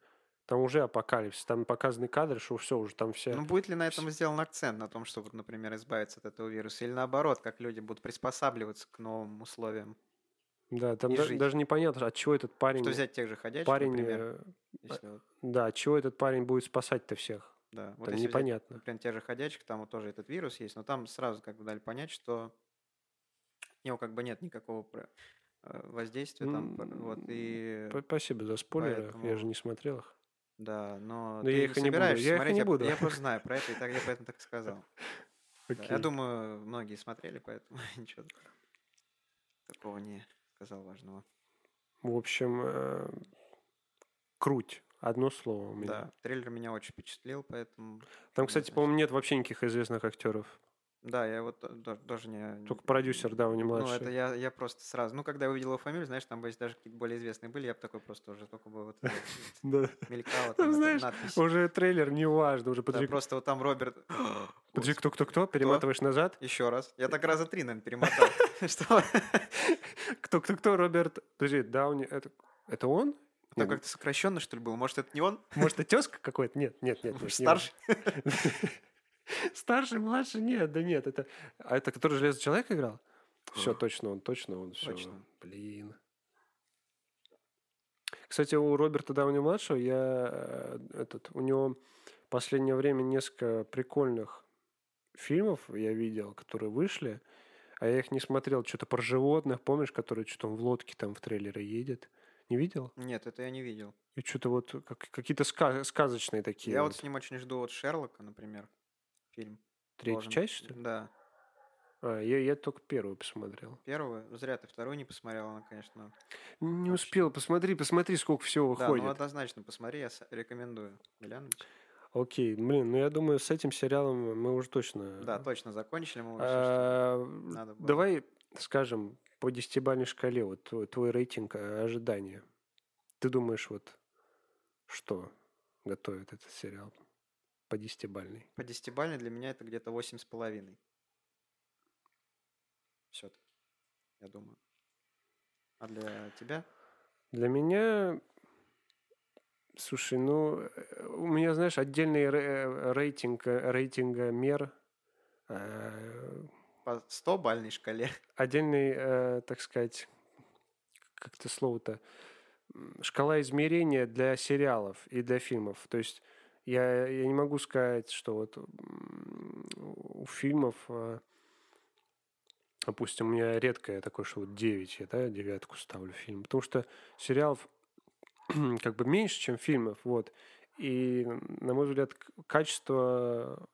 Там уже апокалипсис, там показаны кадры, что все, уже там все... Ну, будет ли на этом сделан акцент, на том, чтобы, например, избавиться от этого вируса? Или наоборот, как люди будут приспосабливаться к новым условиям? да, там не даже, жить. даже непонятно, от чего этот парень... Что взять тех же ходячих, парень, например? э, если вот- да, от чего этот парень будет спасать-то всех? да, вот там если взять непонятно. Например, тех же ходячих, там вот тоже этот вирус есть, но там сразу как бы дали понять, что у него как бы нет никакого про- э, воздействия там, пр- вот, М, и П- Спасибо за спойлеры, я же поэтому- не смотрел их. да, но Но я ты их и не буду, собираешься я их и смотреть, не я, буду. я просто знаю про это, и так я поэтому так и сказал. Да, Окей. Я думаю, многие смотрели, поэтому ничего такого не сказал важного. В общем, э, круть. Одно слово у меня. Да, трейлер меня очень впечатлил, поэтому... Там, не кстати, знаю. по-моему, нет вообще никаких известных актеров. Да, я вот то- тоже не... Только продюсер, да, у него Ну, младший. это я, я просто сразу. Ну, когда я увидел его фамилию, знаешь, там бы если даже какие-то более известные были, я бы такой просто уже только бы вот это вот Да. Там, мелькало, там эта знаешь, надпись. Уже трейлер, неважно, уже Да, подожди, просто вот там Роберт... подожди, кто-кто-кто, перематываешь назад. Еще раз. Я так раза три, наверное, перемотал. Что? Кто-кто-кто, Роберт, подожди, Дауни, это, это он? Это Нет, как-то сокращенно, что ли, было? Может, это не он? Может, это тезка какой-то? Нет, нет, нет. нет, не Может, он. Старший? Старший, младший, нет, да нет, это... А это который Железный Человек играл? Все, Ох. точно он, точно он, все. Точно. Блин. Кстати, у Роберта Дауни-младшего я... э, Этот, у него в последнее время несколько прикольных фильмов я видел, которые вышли, а я их не смотрел. Что-то про животных, помнишь, которые что-то в лодке там в трейлере едет? Не видел? Нет, это я не видел. И что-то вот как- какие-то ска- сказочные такие. Я вот. вот с ним очень жду вот Шерлока, например, фильм. Третья должен- часть, что ли? Да. А, я, я только первую посмотрел. Первую. Зря ты вторую не посмотрел, она, конечно. Не Вообще. успел, посмотри, посмотри, сколько всего Да, ну выходит. однозначно посмотри, я с- рекомендую глянуть. Окей, блин, ну я думаю, с этим сериалом мы уже точно... Да, точно, закончили мы уже. что А, надо было. Давай скажем по десятибальной шкале, вот твой, твой рейтинг э, ожидания. Ты думаешь, вот что готовит этот сериал по десятибальной? По десятибалльной для меня это где-то восемь с половиной. Все-таки, я думаю. А для тебя? Для меня... Слушай, ну, э, у меня, знаешь, отдельный ре- рейтинг, э, рейтинга мер э, По 100 бальной шкале. отдельный, э, так сказать, как это слово-то, м, шкала измерения для сериалов и для фильмов. То есть я, я не могу сказать, что вот м, у фильмов, э, допустим, у меня редкое такое, что вот 9, я да, девятку ставлю фильм, потому что сериалов как бы меньше, чем фильмов, вот. И, на мой взгляд, к- качество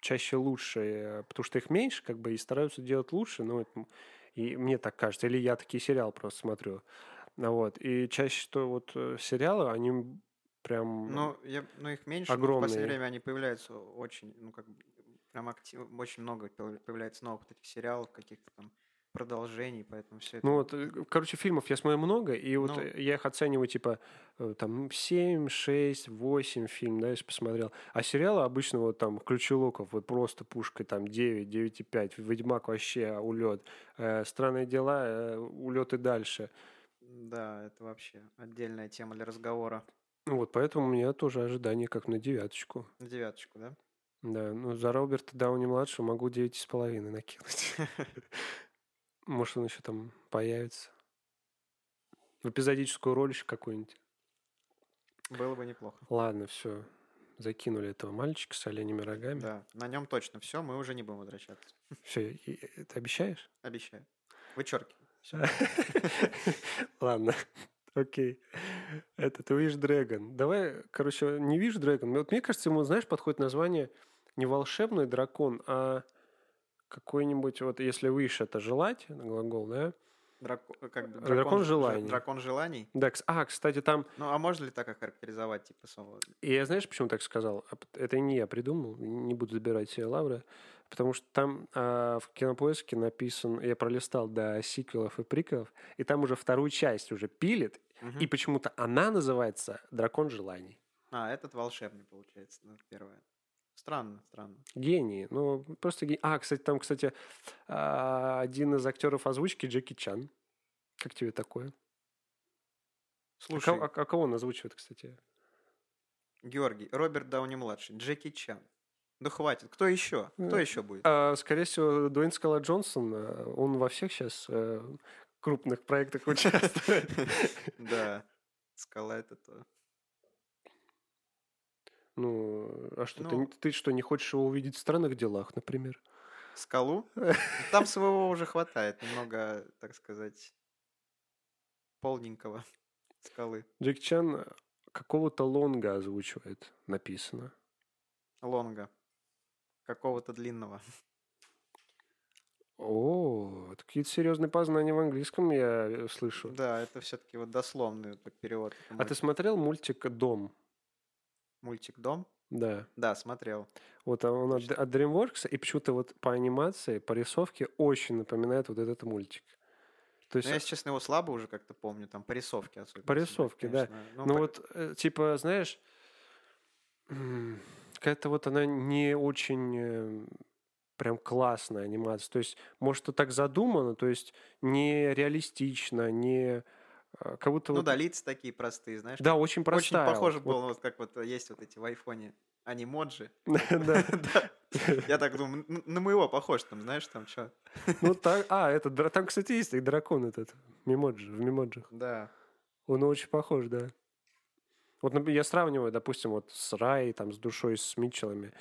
чаще лучше, э, потому что их меньше, как бы, и стараются делать лучше, ну, это м- и мне так кажется, или я такие сериалы просто смотрю, Ну вот, и чаще, что вот э, сериалы, они м, прям... Ну, я, ну их меньше. но В Огромные. последнее время они появляются очень, ну, как бы, прям активно, очень много пов- появляется новых вот этих сериалов, каких-то там продолжений, поэтому все это... Ну вот, э, короче, фильмов я смотрю много, и вот Ну. э, я их оцениваю, типа, э, там, 7, 6, 8 фильм, да, если посмотрел. А сериалы обычно вот там «Ключелоков» вот просто пушкой, там, 9, 9,5, «Ведьмак» вообще улет, «Странные дела», э, улет и дальше. Да, это вообще отдельная тема для разговора. Ну Вот, поэтому у меня тоже ожидание как на девяточку. На девяточку, да? Да, ну за Роберта Дауни-младшего могу девять с половиной накинуть. Может, он еще там появится. В эпизодическую роль еще какую-нибудь. Было бы неплохо. Ладно, все. Закинули этого мальчика с оленями рогами. Да, на нем точно все, мы уже не будем возвращаться. Все, ты обещаешь? Обещаю. Вычеркиваю. Всё. Ладно. Окей. Это ты видишь Dragon. Давай, короче, не видишь Dragon. Вот мне кажется, ему, знаешь, подходит название не волшебный дракон, а какой-нибудь, вот если wish это желать, глагол, да? Драко- э, как бы Дракон желаний. Дракон желаний. Да, кс- а, кстати, там, Ну, а можно ли так охарактеризовать, типа, самого? и я знаешь, почему так сказал? А пот- Это не я придумал, не буду забирать себе лавры, потому что там а, в кинопоиске написан, я пролистал до сиквелов и приквелов, и там уже вторую часть уже пилит, Мгм. и почему-то она называется «Дракон желаний». А, этот волшебный, получается, ну, первое. Странно, странно. Гении. Ну, просто гений. А, кстати, там, кстати, а, один из актеров озвучки Джеки Чан. Как тебе такое? А, Слушай, кого- а- а кого он озвучивает, кстати? Георгий, Роберт Дауни-младший, Джеки Чан. Да хватит, кто еще? Кто Э, еще будет? А, скорее всего, Дуэйн Скала Джонсон. э, Он во всех сейчас крупных проектах участвует. Да, скала это то. Ну, а что, ты, Ну. не- ты что, не хочешь его увидеть в странных делах, например? Скалу? Там своего уже хватает, немного, так сказать, полненького скалы. Джеки Чан а, какого-то лонга озвучивает, написано. Лонга. Какого-то длинного. О, вот какие-то серьезные познания в английском я э, слышу. Да, это все-таки вот дословный вот так перевод. Это А ты смотрел мультик «Дом»? Мультик «Дом»? Да. Да, смотрел. Вот а он от, Д- от DreamWorks, и почему-то вот по анимации, по рисовке очень напоминает вот этот мультик. То Но есть, а я, если честно, его слабо уже как-то помню, там по рисовке особенно. По рисовке, да. Ну, ну, по- вот, э, типа, знаешь, м, какая-то вот она не очень э, прям классная анимация. То есть, может, это так задумано, то есть не реалистично, не... э, Как будто ну вот... да, лица такие простые, знаешь. Да, очень простая. Очень похоже вот. было, вот как вот есть вот эти в айфоне анимоджи. Да. Да. Я так думаю, н- на моего похож там, знаешь, там что? Ну так, а, это, дра- там, кстати, есть и дракон этот, мемоджи, в мемоджах. Да. Он очень похож, да. Вот например, я сравниваю, допустим, вот с Рай, там, с душой, с Митчеллами.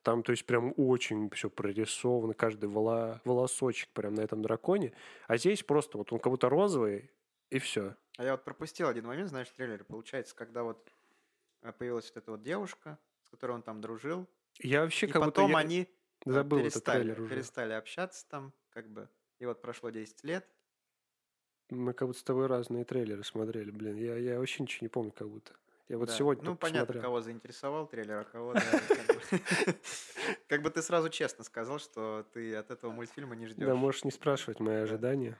Там, то есть, прям очень все прорисовано, каждый вола- волосочек прям на этом драконе. А здесь просто вот он как будто розовый, и все. А я вот пропустил один момент, знаешь, в трейлере. Получается, когда вот э, появилась вот эта вот девушка, с которой он там дружил. Я вообще И как будто потом я они э, забыл этот перестали, трейлер уже. перестали общаться там, как бы. И вот прошло 10 лет. Мы как будто с тобой разные трейлеры смотрели, блин. Я, я вообще ничего не помню как будто. Я вот Да. сегодня Ну, только понятно, посмотрел. кого заинтересовал трейлер, а кого... да, как бы. Как бы ты сразу честно сказал, что ты от этого мультфильма не ждешь. Да, можешь не спрашивать мои ожидания.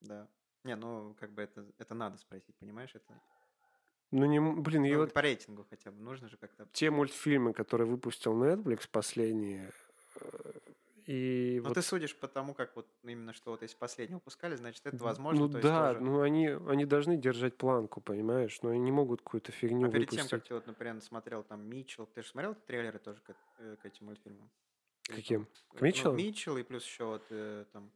Да. Не, ну, как бы это, это надо спросить, понимаешь? Это Ну, не, м- блин, я ну, вот по рейтингу хотя бы нужно же как-то... те мультфильмы, которые выпустил Netflix последние, э, и Но вот Ну, ты судишь по тому, как вот ну, именно что вот если последний выпускали, значит, это Д- возможно. Ну то есть да, тоже- ну они, они должны держать планку, понимаешь? Но они не могут какую-то фигню А перед тем, ну, выпустить. как ты вот, например, смотрел там Митчелл, ты же смотрел трейлеры тоже к, эт- э, к этим мультфильмам? Или Каким? там, К э, ну, Митчеллу? Митчелл и плюс еще вот э, там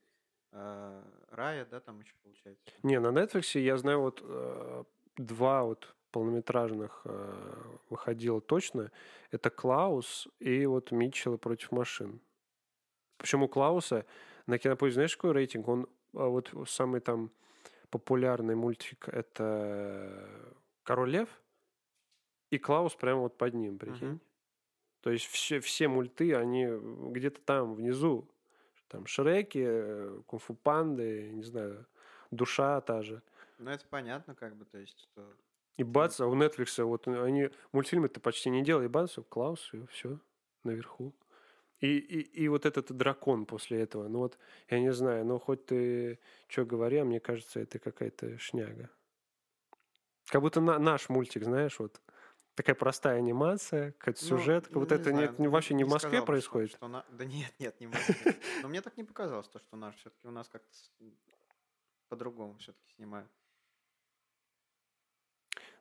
э, Рая, да, там еще получается. Не, на Netflix я знаю вот э, два вот полнометражных э, выходило точно. Это Клаус и вот Митчелла против машин. Причем у Клауса на кинопоиске знаешь, какой рейтинг? Он а, вот самый там популярный мультик это Король Лев и Клаус прямо вот под ним, прикинь. Мгм. То есть все, все мульты, они где-то там внизу. Там Шреки, э, Кунг-фу Панды, не знаю, Душа та же. Ну, это понятно, как бы, то есть, э, ну, что... И бац, а у Netflix вот они мультфильмы-то почти не делали, и бац, и Клаус, и все, наверху. И, и, и вот этот дракон после этого. Ну вот, я не знаю, ну хоть ты что говори, а мне кажется, это какая-то шняга. Как будто на- наш мультик, знаешь, вот такая простая анимация, какая-то Ну, сюжетка. вот не это знаю, нет, не- ну, вообще не в сказал бы, Москве что- происходит. что на- Да нет, нет, не в Москве. Но мне так не показалось, то, что наш все-таки у нас как-то с- по-другому все-таки снимают.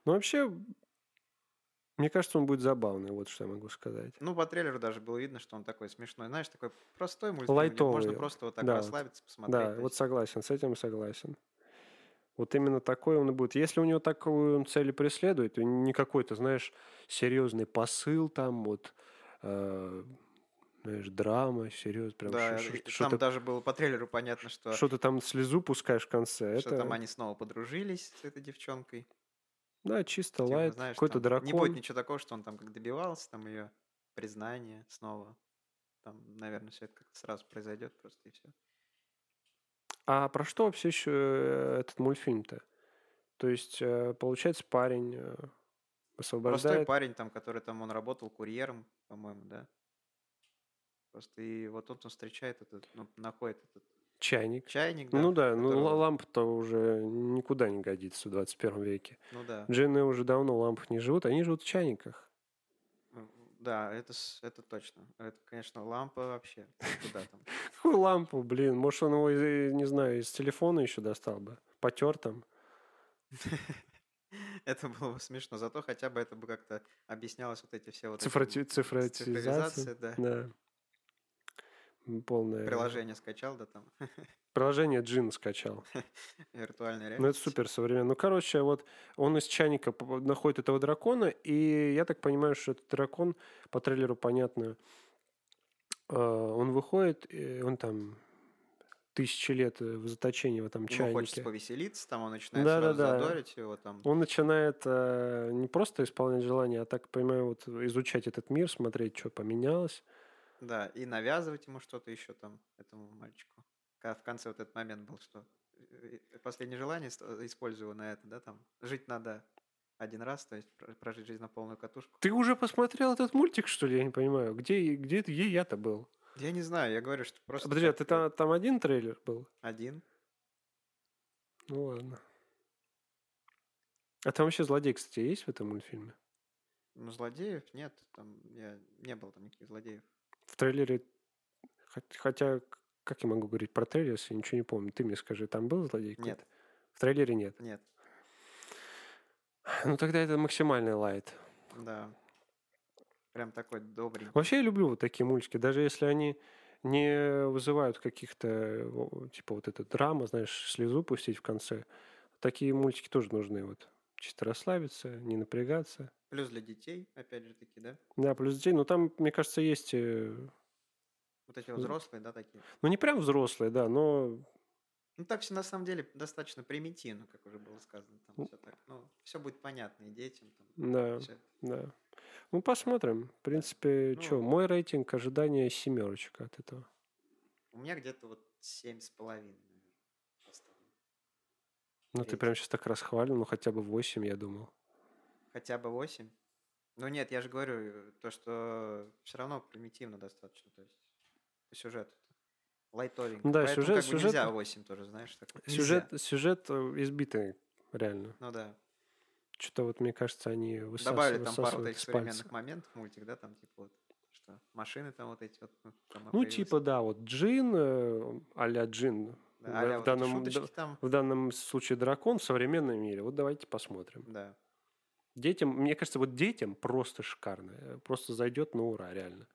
Ну вообще, Мне кажется, он будет забавный, вот что я могу сказать. Ну, по трейлеру даже было видно, что он такой смешной. Знаешь, такой простой мультфильм. где Лайтовый. э, Можно просто вот так Да, вот. расслабиться, посмотреть. Да, то вот есть. согласен, с этим согласен. Вот именно такой он и будет. Если у него такую он цель и преследует, и не какой-то, знаешь, серьезный посыл там, вот, э, знаешь, драма, серьез, прям Да, ш- ш- и ш- там что-то даже было по трейлеру понятно, что, что, что-то там слезу пускаешь в конце. это, там они снова подружились с этой девчонкой. да, чисто Типа, лайт, знаешь, какой-то там Не будет дракон. ничего такого, что он там как добивался, там ее признание снова. Там, наверное, все это как-то сразу произойдет просто и все. А про что вообще еще э, этот мультфильм-то? То есть, э, получается, парень э, Простой освобождает... парень там, который там, он работал курьером, по-моему, да? Просто и вот он там встречает этот, ну, находит этот чайник. чайник, да? Ну да, ну которого- ла- лампа-то уже никуда не годится в 21 веке. Ну да. Джинны уже давно в лампах не живут, они живут в чайниках. Ну, Да, это, с- это точно. Это, конечно, лампа вообще. Куда там? Какую лампу, блин? Может, он его, из- э, не знаю, из телефона еще достал бы? Потер там? Это было бы смешно. Зато хотя бы это бы как-то объяснялось вот эти все вот... этим Цифрати- Цифратизация? цифровизация, да. Да. М, Полное... Приложение скачал, да, там, Приложение Джин скачал. виртуальная реальность. Ну, это супер современно. Ну, короче, вот он из чайника п- находит этого дракона, и я так понимаю, что этот дракон, по трейлеру понятно, э, он выходит, э, он там тысячи лет э, в заточении в этом Ему хочется чайнике. повеселиться, там он начинает сразу Да-да-да. задорить его, там, Он начинает э, не просто исполнять желания, а так понимаю, вот изучать этот мир, смотреть, что поменялось. да, и навязывать ему что-то еще там, этому мальчику. Ка- В конце вот этот момент был, что э, э, последнее желание ст- э, использую на это, да, там, жить надо один раз, то есть пр- прожить жизнь на полную катушку. Ты уже посмотрел этот мультик, что ли? Я не понимаю. Где, где, где я-то был? Я не знаю, я говорю, что просто... Подожди, а так ты вот там, там один трейлер был? Один. Ну ладно. А там вообще злодей, кстати, есть в этом мультфильме? Ну, злодеев нет, там, я не был там никаких злодеев. В трейлере... хот- Хотя, к- как я могу говорить про трейлер, если я ничего не помню? Ты мне скажи, там был злодей? какой-то? Нет. В трейлере нет. Нет, Ну тогда это максимальный лайт. да. Прям такой добрый. Вообще я люблю вот такие мультики, даже если они не вызывают каких-то, о, типа вот эта драма, знаешь, слезу пустить в конце. Такие мультики тоже нужны, вот. Чисто расслабиться, не напрягаться. Плюс для детей, опять же таки, да? Да, плюс день, но там, мне кажется, есть э, Вот эти Мгм. вот взрослые, да, такие. Ну, не прям взрослые, да, но Ну, так все на самом деле достаточно примитивно, как уже было сказано. Ну. Там все так, ну, все будет понятно и детям. Там, Да. всё. да. Ну, посмотрим. В принципе, Ну, что, мой рейтинг ожидания семерочек от этого. У меня где-то вот семь с половиной, наверное, поставлю. Ну, ты рейтинг. прям сейчас так расхвалил, ну, хотя бы 8, я думал. Хотя бы восемь. Ну нет, я же говорю, э, то, что все равно примитивно достаточно, то есть сюжет лайтовенький. Ну да, Поэтому сюжет- как бы нельзя сюжет- 8 тоже, знаешь, так вот, нельзя. Сюжет, сюжет э, избитый, реально. Ну да. Что-то вот, мне кажется, они высасыв- Добавили там пару вот высасывают этих с пальца. современных моментов, мультик, да, там типа вот, что машины там вот эти вот. Ну, там Ну, появилось. типа, да, вот Джин, э, а-ля Джин, Да, да, в а-ля вот эти данном- шуточки да. там. в данном случае дракон в современном мире. Вот давайте посмотрим. Да. Детям, мне кажется, вот детям просто шикарно. э, Просто зайдет на ура, реально.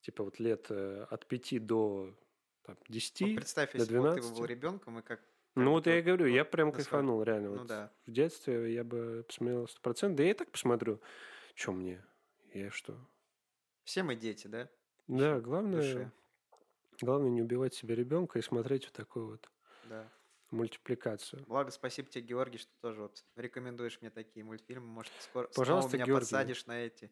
Типа вот лет э, от 5 до там, 10. Вот представь, до если бы вот ты бы 12. был ребенком, и как... как ну бы вот я и вот- говорю, я вот прям на своём- кайфанул, реально. Ну вот да. В детстве я бы посмотрел 100%. Да я и так посмотрю. Че мне? Я что? Все мы дети, да? Да, в главное, Душе. главное не убивать себе ребенка и смотреть вот такую вот Да. мультипликацию. Благо, спасибо тебе, Георгий, что тоже вот рекомендуешь мне такие мультфильмы. Может, скоро снова Пожалуйста, меня Георгий. подсадишь на эти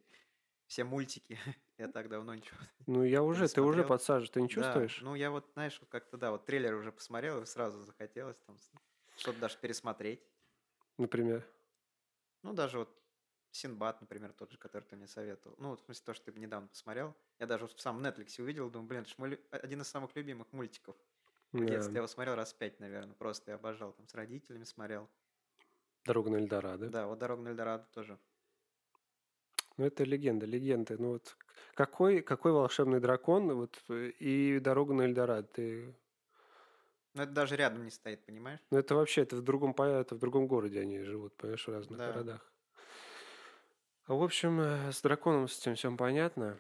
все мультики. Я так давно ничего Ну я уже, ты уже смотрел? подсаживаешь, ты не Да, чувствуешь? ну, я вот, знаешь, вот как-то, да, вот трейлер уже посмотрел, и сразу захотелось там с- что-то даже пересмотреть. Например. Ну, даже вот Синбад, например, тот же, который ты мне советовал. Ну, в смысле, то, что ты недавно посмотрел. Я даже вот в самом Netflix увидел, думаю, блин, это ж мой лю- один из самых любимых мультиков в Да. детстве. Я его смотрел раз пять, наверное, просто я обожал. Там с родителями смотрел. Дорога на Эльдорадо. Да, вот «Дорога на Эльдорадо» тоже. Ну, это легенда, легенда. Ну, вот к- какой, какой волшебный дракон вот, э, и дорога на Эльдорад? Ты... Но это даже рядом не стоит, понимаешь? Ну, это вообще, это в другом, по- это в другом городе они живут, понимаешь, в разных Да. городах. В общем, э, с драконом с этим всем понятно.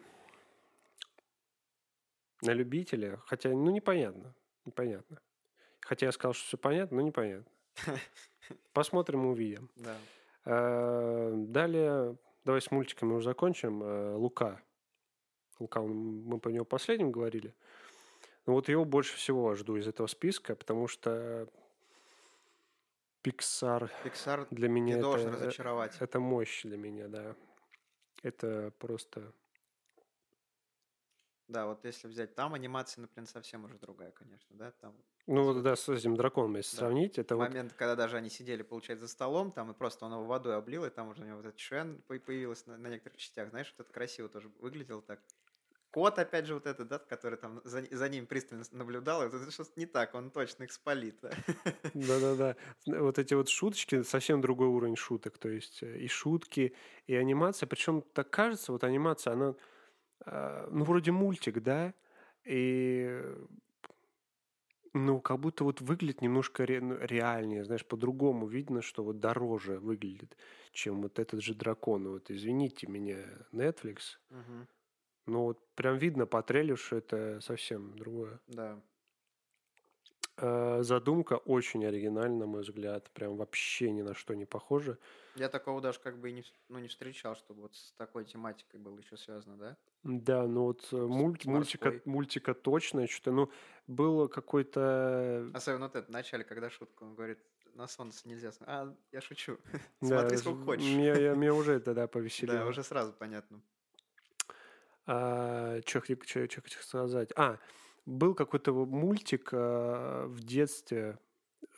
На любителя. Хотя, ну, непонятно. Непонятно. Хотя я сказал, что все понятно, но непонятно. Посмотрим и увидим. Да. Э, Далее, давай с мультиками уже закончим. Э, Лука. Лука, он- мы про него последним говорили. Но вот его больше всего жду из этого списка, потому что Pixar Pixar для меня не это, должен э, разочаровать. это мощь для меня, да. Это просто... Да, вот если взять там анимация, например, совсем уже другая, конечно, да. Там Ну вот, да, с этим драконом, если Да. сравнить, это вот... момент, когда даже они сидели, получается, за столом, там и просто он его водой облил, и там уже у него вот этот член по- появилась на, на некоторых частях. Знаешь, вот это красиво тоже выглядело так. Кот, опять же, вот этот, да, который там за, за ним пристально с- наблюдал, и вот это что-то не так, он точно их спалит. да. Да-да-да. Вот эти вот шуточки, совсем другой уровень шуток. То есть э, и шутки, и анимация. Причем так кажется, вот анимация, она, э, ну, вроде мультик, да? И, э, ну, как будто вот выглядит немножко ре- ну, реальнее, знаешь, по-другому видно, что вот дороже выглядит, чем вот этот же дракон. Вот извините меня, Netflix, Мгм, но вот прям видно по трейлеру, что это совсем другое. Да. Э, Задумка очень оригинальна, на мой взгляд. Прям вообще ни на что не похожа. Я такого даже как бы и не, вс- ну, не встречал, чтобы вот с такой тематикой было еще связано, да? Да, ну вот э, муль- Всё-таки мультика, морской. мультика точно что-то. Ну, было э, какой-то... Особенно вот это в начале, когда шутка, он говорит, на солнце нельзя. см- А, я шучу. да, Смотри, ж- сколько хочешь. Меня, я- меня уже это, да, повеселило. Да, уже сразу понятно. А, чё хот- чё- чё хотел сказать? А, был какой-то вот мультик а, в детстве.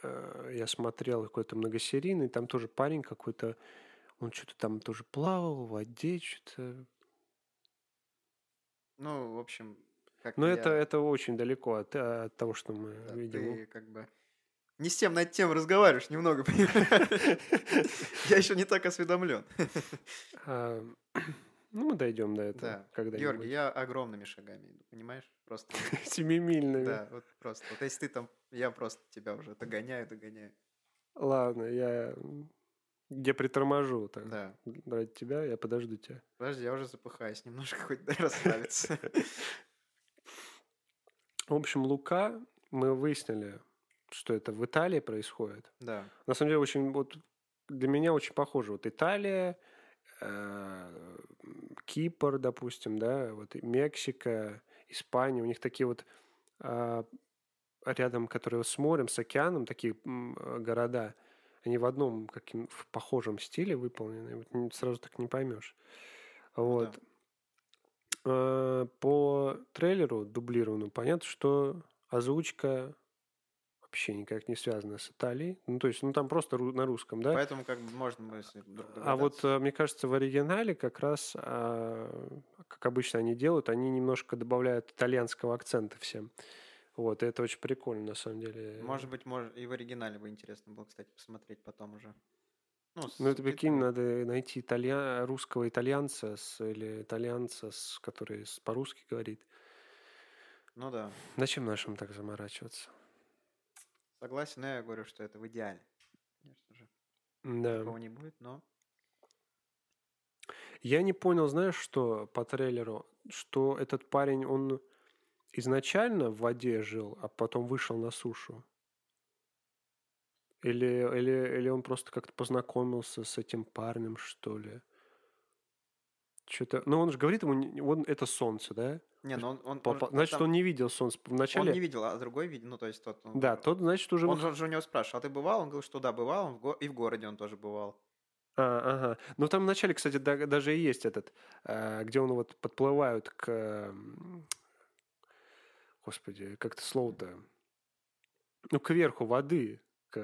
а, я смотрел какой-то многосерийный. Там тоже парень какой-то. Он что-то там тоже плавал в воде, что-то. Ну, в общем, как Но я- это, это очень далеко от, э, от того, что мы да, видим. ты как бы не с тем на эту тему разговариваешь немного, понимаешь? Я еще не так осведомлен. А, ну, мы дойдем до этого Да. когда-нибудь. Георгий, я огромными шагами иду, понимаешь? Просто, Семимильными. да, вот просто. Вот если ты там, я просто тебя уже догоняю, догоняю. Ладно, я... м, Я приторможу так. Да. Ради тебя, я подожду тебя. Подожди, я уже запыхаюсь немножко, хоть дай расслабиться. В общем, Лука, мы выяснили, что это в Италии происходит. Да. На самом деле, очень вот для меня очень похоже. Вот Италия, э, Кипр, допустим, да, вот и Мексика, Испания, у них такие вот а, рядом, которые с морем, с океаном, такие м, э, города, они в одном каким в похожем стиле выполнены, вот н- сразу так не поймешь. Вот. Э, По трейлеру дублированному понятно, что озвучка вообще никак не связана с Италией. Ну, то есть, ну, там просто ру- на русском, да? Поэтому как бы можно мы с ним друг А вот, догадаться. э, мне кажется, в оригинале как раз, а, как обычно они делают, они немножко добавляют итальянского акцента всем. Вот, и это очень прикольно, на самом деле. Может быть, мож- и в оригинале бы интересно было, кстати, посмотреть потом уже. Ну, с Ну, это прикинь, субтитрами. надо найти италья... русского итальянца с... или итальянца, с... который с- по-русски говорит. Ну да. Зачем нашим так заморачиваться? Согласен, но я говорю, что это в идеале. Конечно же, Да. такого не будет, но Я не понял, знаешь, что по трейлеру, что этот парень, он изначально в воде жил, а потом вышел на сушу? Или, или, или он просто как-то познакомился с этим парнем, что ли? Что-то... Ну, он же говорит ему, не- он, это солнце, да? не, ну он, он, он Папа- же- Значит, там- он не видел солнце он вначале. не видел, а другой видел, ну то есть тот. Он, Да, тот, значит, уже... он, вот- же- он же у него спрашивал, а ты бывал? Он говорил, что да, бывал, он в го- и в городе он тоже бывал. А, ага. Ну, там вначале, кстати, да- даже и есть этот, э, где он вот подплывают к... э, м, Господи, как-то слово-то... Ну, кверху воды. к-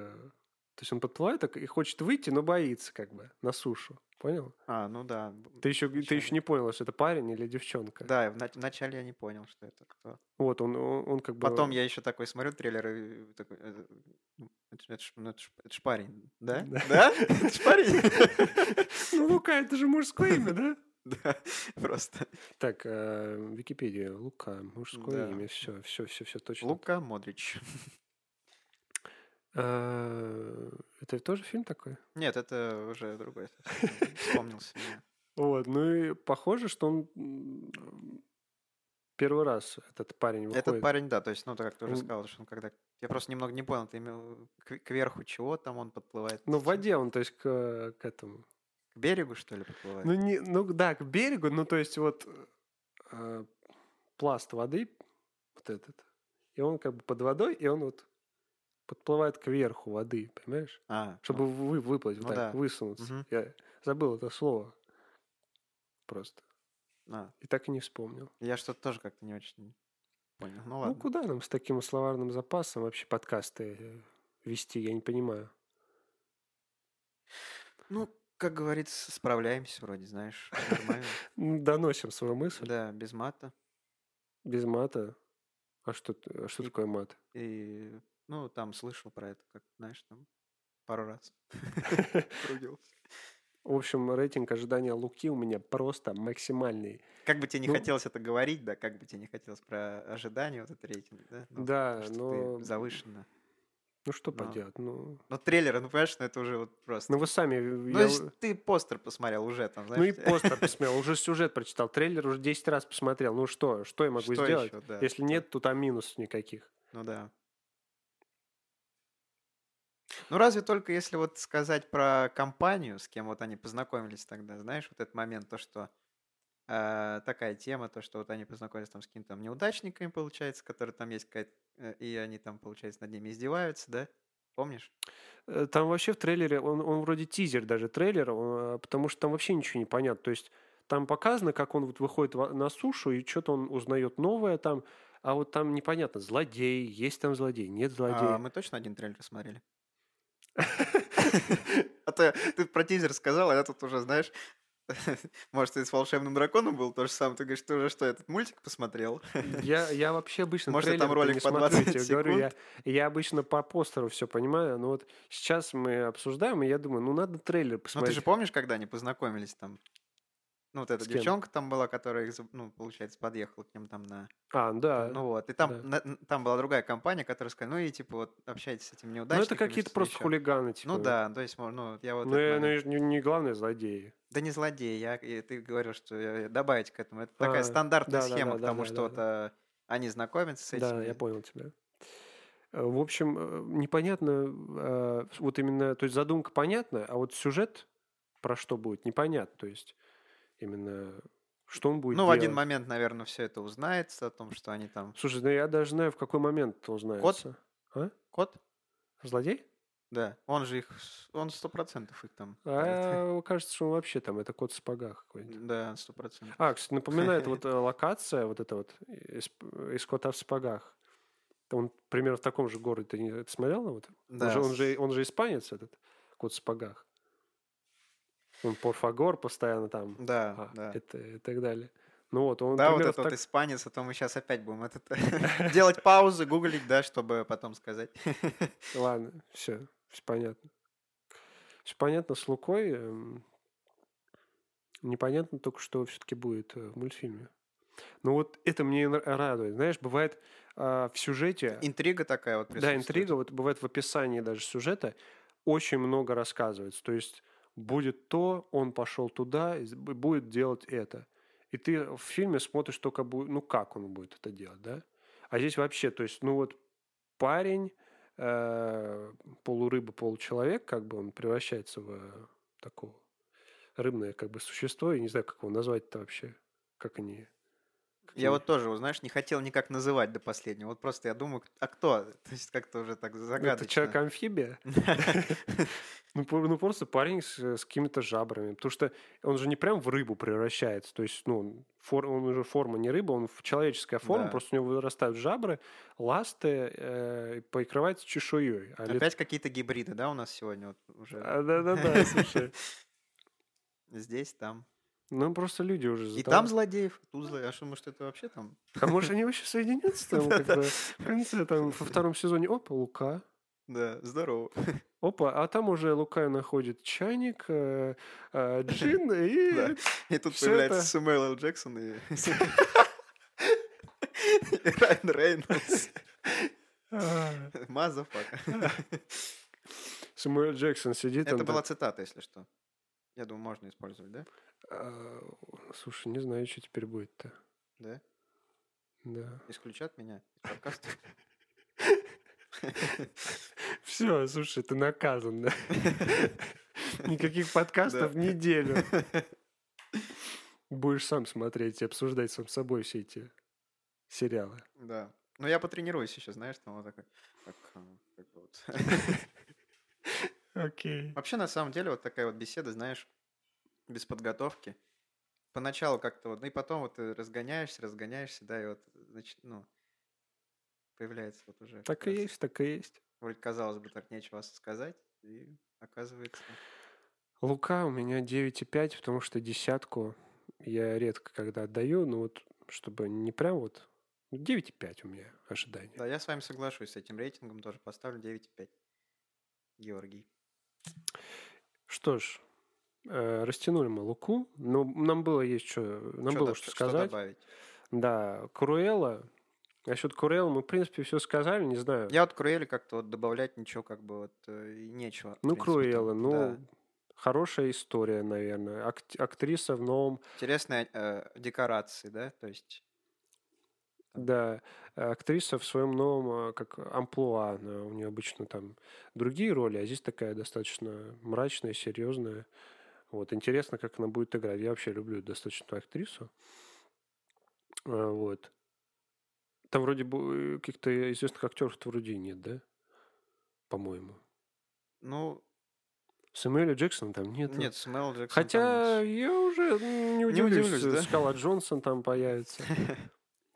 То есть он подплывает так и хочет выйти, но боится как бы на сушу. Понял? А, ну да. б- Ты еще, ты Вначале. еще не понял, что это парень или девчонка. Да, и в нач- вначале я не понял, что это кто. Вот, он, он, он как бы... Потом я еще такой смотрю трейлер и такой, э, ну, это, ж- это ж- ну, это ж- это ж парень, да? Да. Да? Это ж парень? Ну, Лука, это же мужское имя, да? Да, просто. Так, э, Википедия, Лука, мужское Да. имя, все, все, все, все точно. Лука Модрич. Э, Это тоже фильм такой? Нет, это уже другой. совсем. Вспомнился. мне. Вот, ну и похоже, что он м, первый раз этот парень выходит. Этот парень, да, то есть, ну, ты как ты уже Он- сказал, что он когда... Я просто немного не понял, ты имел к- кверху чего там он подплывает? Ну, в С- воде он, то есть, к, к этому. К берегу, что ли, подплывает? Ну, не, ну, да, к берегу, ну, то есть, вот э, пласт воды, вот этот, и он как бы под водой, и он вот подплывает кверху воды, понимаешь? а, Чтобы ну, вы, выплыть, вот ну так, да. высунуться. Мгм. Я забыл это слово просто. а, И так и не вспомнил. я что-то тоже как-то не очень понял. Ну, Ну, ладно. куда нам с таким словарным запасом вообще подкасты э, вести, я не понимаю. Ну, как говорится, справляемся вроде, знаешь, нормально. Ну, Доносим свою мысль Да, без мата. без мата. А что, т- а что И- такое мат? И, ну, там слышал про это, как, знаешь, там пару раз ругался. В общем, рейтинг ожидания Луки у меня просто максимальный. Как бы тебе не Ну- хотелось это говорить, да, как бы тебе не хотелось про ожидания, вот этот рейтинг, да? ну, да, потому что ты но... Завышенно. Ну что но- поделать, ну... Но трейлеры, ну, понимаешь, ну, это уже вот просто... Ну вы сами... Ну, я если у- ты постер посмотрел уже там, знаешь. ну и постер посмотрел, уже сюжет прочитал, трейлер уже 10 раз посмотрел. Ну что, что я могу Что сделать? ещё, да. Если нет, то там минусов никаких. Ну да. Ну разве только если вот сказать про компанию, с кем вот они познакомились тогда, знаешь, вот этот момент, то, что э, такая тема, то, что вот они познакомились там с какими-то там неудачниками, получается, которые там есть какая-то, э, и они там, получается, над ними издеваются, да? Помнишь? Э, Там вообще в трейлере, он, он вроде тизер даже трейлера, он, э, потому что там вообще ничего не понятно. То есть там показано, как он вот выходит во- на сушу, и что-то он узнает новое там, а вот там непонятно, злодей, есть там злодей, нет А, злодея. мы точно один трейлер смотрели? А то я- ты про тизер сказал, а я тут уже, знаешь, может, и с «Волшебным драконом» был то же самое. Ты говоришь, ты уже что, этот мультик посмотрел? Я, я вообще обычно Может, я там трейлеры-то ролик не по смотрю, 20 я тебе секунд? говорю, я, я обычно по постеру все понимаю, но вот сейчас мы обсуждаем, и я думаю, ну надо трейлер Ну, ты посмотреть. же помнишь, когда они познакомились там? Ну, вот эта С кем? девчонка там была, которая, их зап- ну, получается, подъехала к ним там на... А, да. Ну вот, и там, да. на- н- там была другая компания, которая сказала, ну и типа вот общайтесь с этим Ну неудачниками. это какие-то что-то просто ещё». хулиганы, типа. Ну да, то есть, мо- ну, я вот... Ну, этот и- ну момент- и ж не, не главное злодеи. Да не злодей, я, и ты говорил, что я- добавить к этому. Это такая А, стандартная да-да-да, схема, потому да-да-да, что вот, э, они знакомятся с этими. Да, я понял тебя. Э, В общем, э, непонятно, э, вот именно, то есть задумка понятна, а вот сюжет про что будет, непонятно. То есть именно, что он будет Ну, в делать. один момент, наверное, все это узнается о том, что они там... Слушай, ну я даже знаю, в какой момент это узнается. Кот? Злодей? Да, он же их... с- Он сто процентов их там... порит. А, кажется, что он вообще там, это кот в сапогах какой-нибудь. Да, сто процентов. А, кстати, напоминает вот э, локация, вот эта вот, э, из, из кота в сапогах. Он примерно в таком же городе, ты не это смотрел? на Вот? Он, Да, же, он, же, с- он же испанец, этот кот в сапогах. Он порфагор постоянно там Да, а, да. это, и так далее. Ну вот, он Да, вот примерно этот вот так- испанец, а то мы сейчас опять будем этот делать паузы, гуглить, да, чтобы потом сказать. Ладно, все, все понятно. Все понятно с Лукой. эм, Непонятно только, что все-таки будет э, в мультфильме. Ну вот это мне и нра- радует. Знаешь, бывает а, в сюжете... Интрига такая вот Да, присутствует. интрига, вот бывает в описании даже сюжета очень много рассказывается. То есть будет то, он пошел туда, и с- б- будет делать это. И ты в фильме смотришь только, бу- ну, как он будет это делать, да? А здесь вообще, то есть, ну, вот парень, э, полурыба, получеловек, как бы он превращается в э, такого рыбное, как бы, существо. Я не знаю, как его назвать-то вообще. Как они... как Я они- вот тоже, вот знаешь, не хотел никак называть до последнего. Вот просто я думаю, а кто? То есть как-то уже так Ну, загадочно. Это человек-амфибия? Ну, по- ну, просто парень с, э, с какими-то жабрами. Потому что он же не прям в рыбу превращается. То есть, ну, он фор- он уже форма не рыба, он в человеческая форма, Да. просто у него вырастают жабры, ласты, э, и покрывается чешуей. А лет- Опять какие-то гибриды, да, у нас сегодня вот уже А, Да-да-да, слушай. здесь, там. Ну, просто люди уже И из-за там того- злодеев, и тут злодеев. А что, может, это вообще там? А может, они вообще соединятся там Да-да. как-то? В конце, там, во втором сезоне, опа, Лука. Да, здорово. Опа, а там уже Лука находит чайник, э, э, джин Да. и... И тут Всё появляется это- Сэмюэл Л. Джексон и... и Райан Рейнольдс. А, Мазафака. Ну Самуэль Джексон сидит Это там была так. цитата, если что. Я думаю, можно использовать, да? А, Слушай, не знаю, что теперь будет-то. Да? Да. Исключат меня из подкаста? Все, слушай, ты наказан, да? Никаких подкастов неделю. Будешь сам смотреть и обсуждать сам с собой все эти сериалы. Да. Ну, я потренируюсь еще, знаешь, там вот такой... так, э, как бы вот. Окей. Вообще, на самом деле, вот такая вот беседа, знаешь, без подготовки. Поначалу как-то вот, ну и потом вот ты разгоняешься, разгоняешься, да, и вот, значит, ну, появляется вот уже... Так как и раз- есть, так и есть. Вроде, казалось бы, так нечего сказать, и оказывается... Лука у меня 9,5, потому что десятку я редко когда отдаю, но вот чтобы не прям вот... ну, 9,5 у меня ожидание. Да, я с вами соглашусь с этим рейтингом, тоже поставлю 9,5. Георгий. Что ж, э, растянули мы Луку, но нам было есть что, нам Ну, Чё было до- что сказать. добавить? Да, Круэлла. Насчет Круэлла мы, в принципе, все сказали, не знаю. Я вот Круэли как-то вот добавлять ничего как бы вот э, и нечего. в ну, принципе, там. Круэлла, ну, Да. хорошая история, наверное. Акт- актриса в новом, Интересные э, декорации, да, то есть... да, э, актриса в своем новом, э, как амплуа, она- у нее обычно там другие роли, а здесь такая достаточно мрачная, серьезная. Вот, интересно, как она будет играть. Я вообще люблю достаточно эту актрису. А, Вот. Там вроде бы э, каких-то известных актеров-то вроде и нет, да? По-моему. Ну, Самуэля Джексона там нет. ну, нет, Смел Джексон. там Хотя нет. я уже не удивлюсь, удивлюсь, да? Скала Джонсон там появится.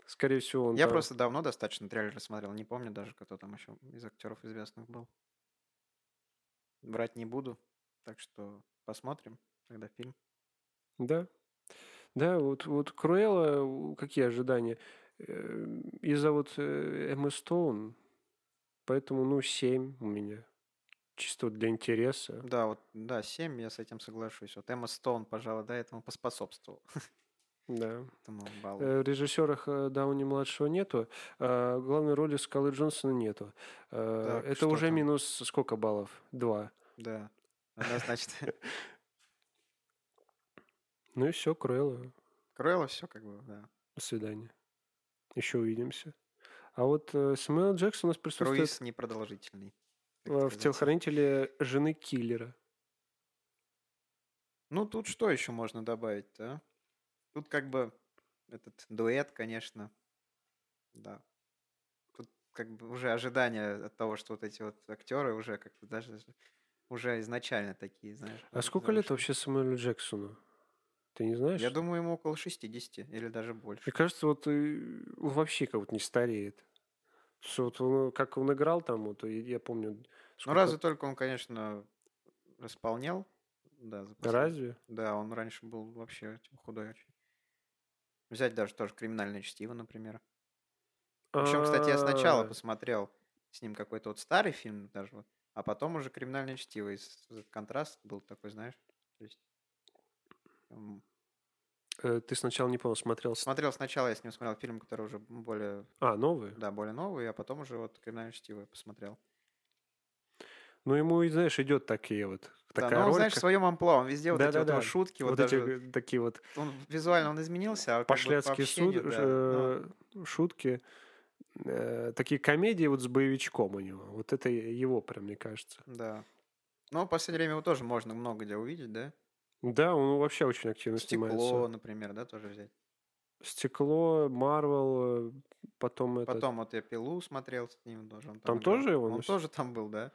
Скорее всего, он Я там- просто давно достаточно трейлер смотрел, не помню даже, кто там еще из актеров известных был. Брать не буду, так что посмотрим, когда фильм. Да. Да, вот, вот Круэлла, у- какие ожидания? Э, Из-за вот э, Эммы Стоун, поэтому, ну, 7 у меня. Чисто вот для интереса. Да, вот, да, 7, я с этим соглашусь. Вот Эмма Стоун, пожалуй, да, этому поспособствовал. Да. Этому баллу. Э, В режиссерах э, Дауни-младшего нету, а главной роли Скалы Джонсона нету. Э, Так, Это что уже там? минус сколько баллов? Два. Да, она, значит, Ну и все, Круэлла. Круэлла все как бы, да. До свидания. Еще увидимся. А вот э, Сэмюэл Джексон у нас присутствует Круиз непродолжительный. так э, в сказать. телохранителе жены киллера. Ну, тут что еще можно добавить-то? а? Тут как бы этот дуэт, конечно, да. Тут как бы уже ожидания от того, что вот эти вот актеры уже как бы даже ж- уже изначально такие, знаешь. А сколько лет вообще Сэмюэлу Джексону? Ты не знаешь? Я думаю, ему около 60 или даже больше. Ну, Мне кажется, вот э, он вообще как будто не стареет. Что вот он, э, как он играл там, вот, э, я помню... Ну, сколько- разве только он, конечно, располнял. Да, за последние- Разве? Да, он раньше был вообще типа, худой очень. Взять даже тоже криминальное чтиво, например. Причем, кстати, я сначала А, посмотрел с ним какой-то вот старый фильм даже, вот, а потом уже «Криминальное чтиво». И с- этот контраст был такой, знаешь, то есть... м, э, Ты сначала не понял, смотрел... с- Смотрел сначала, я с ним смотрел фильм, который уже более, А, новый? да, более новый, а потом уже вот «Криминальное чтиво» посмотрел. Ну, ему, и, знаешь, идет такие вот... Да, Такая но он, роль, знаешь, в как- своем амплуа, он везде вот эти вот Да-да-да. его шутки, вот, вот эти даже э, такие вот он визуально он изменился, а как бы по пошляцкие суд, общению, да, ну, э, шутки, э, такие комедии вот с боевичком у него. Вот это его прям, мне кажется. да. Но в последнее время его тоже можно много где увидеть, да? Да, он вообще очень активно Стекло, снимается. например, да, тоже взять. Стекло, Марвел, э, потом это... Потом вот я пилу смотрел с ним тоже. Он Там играл. тоже он Он с- тоже там был, да?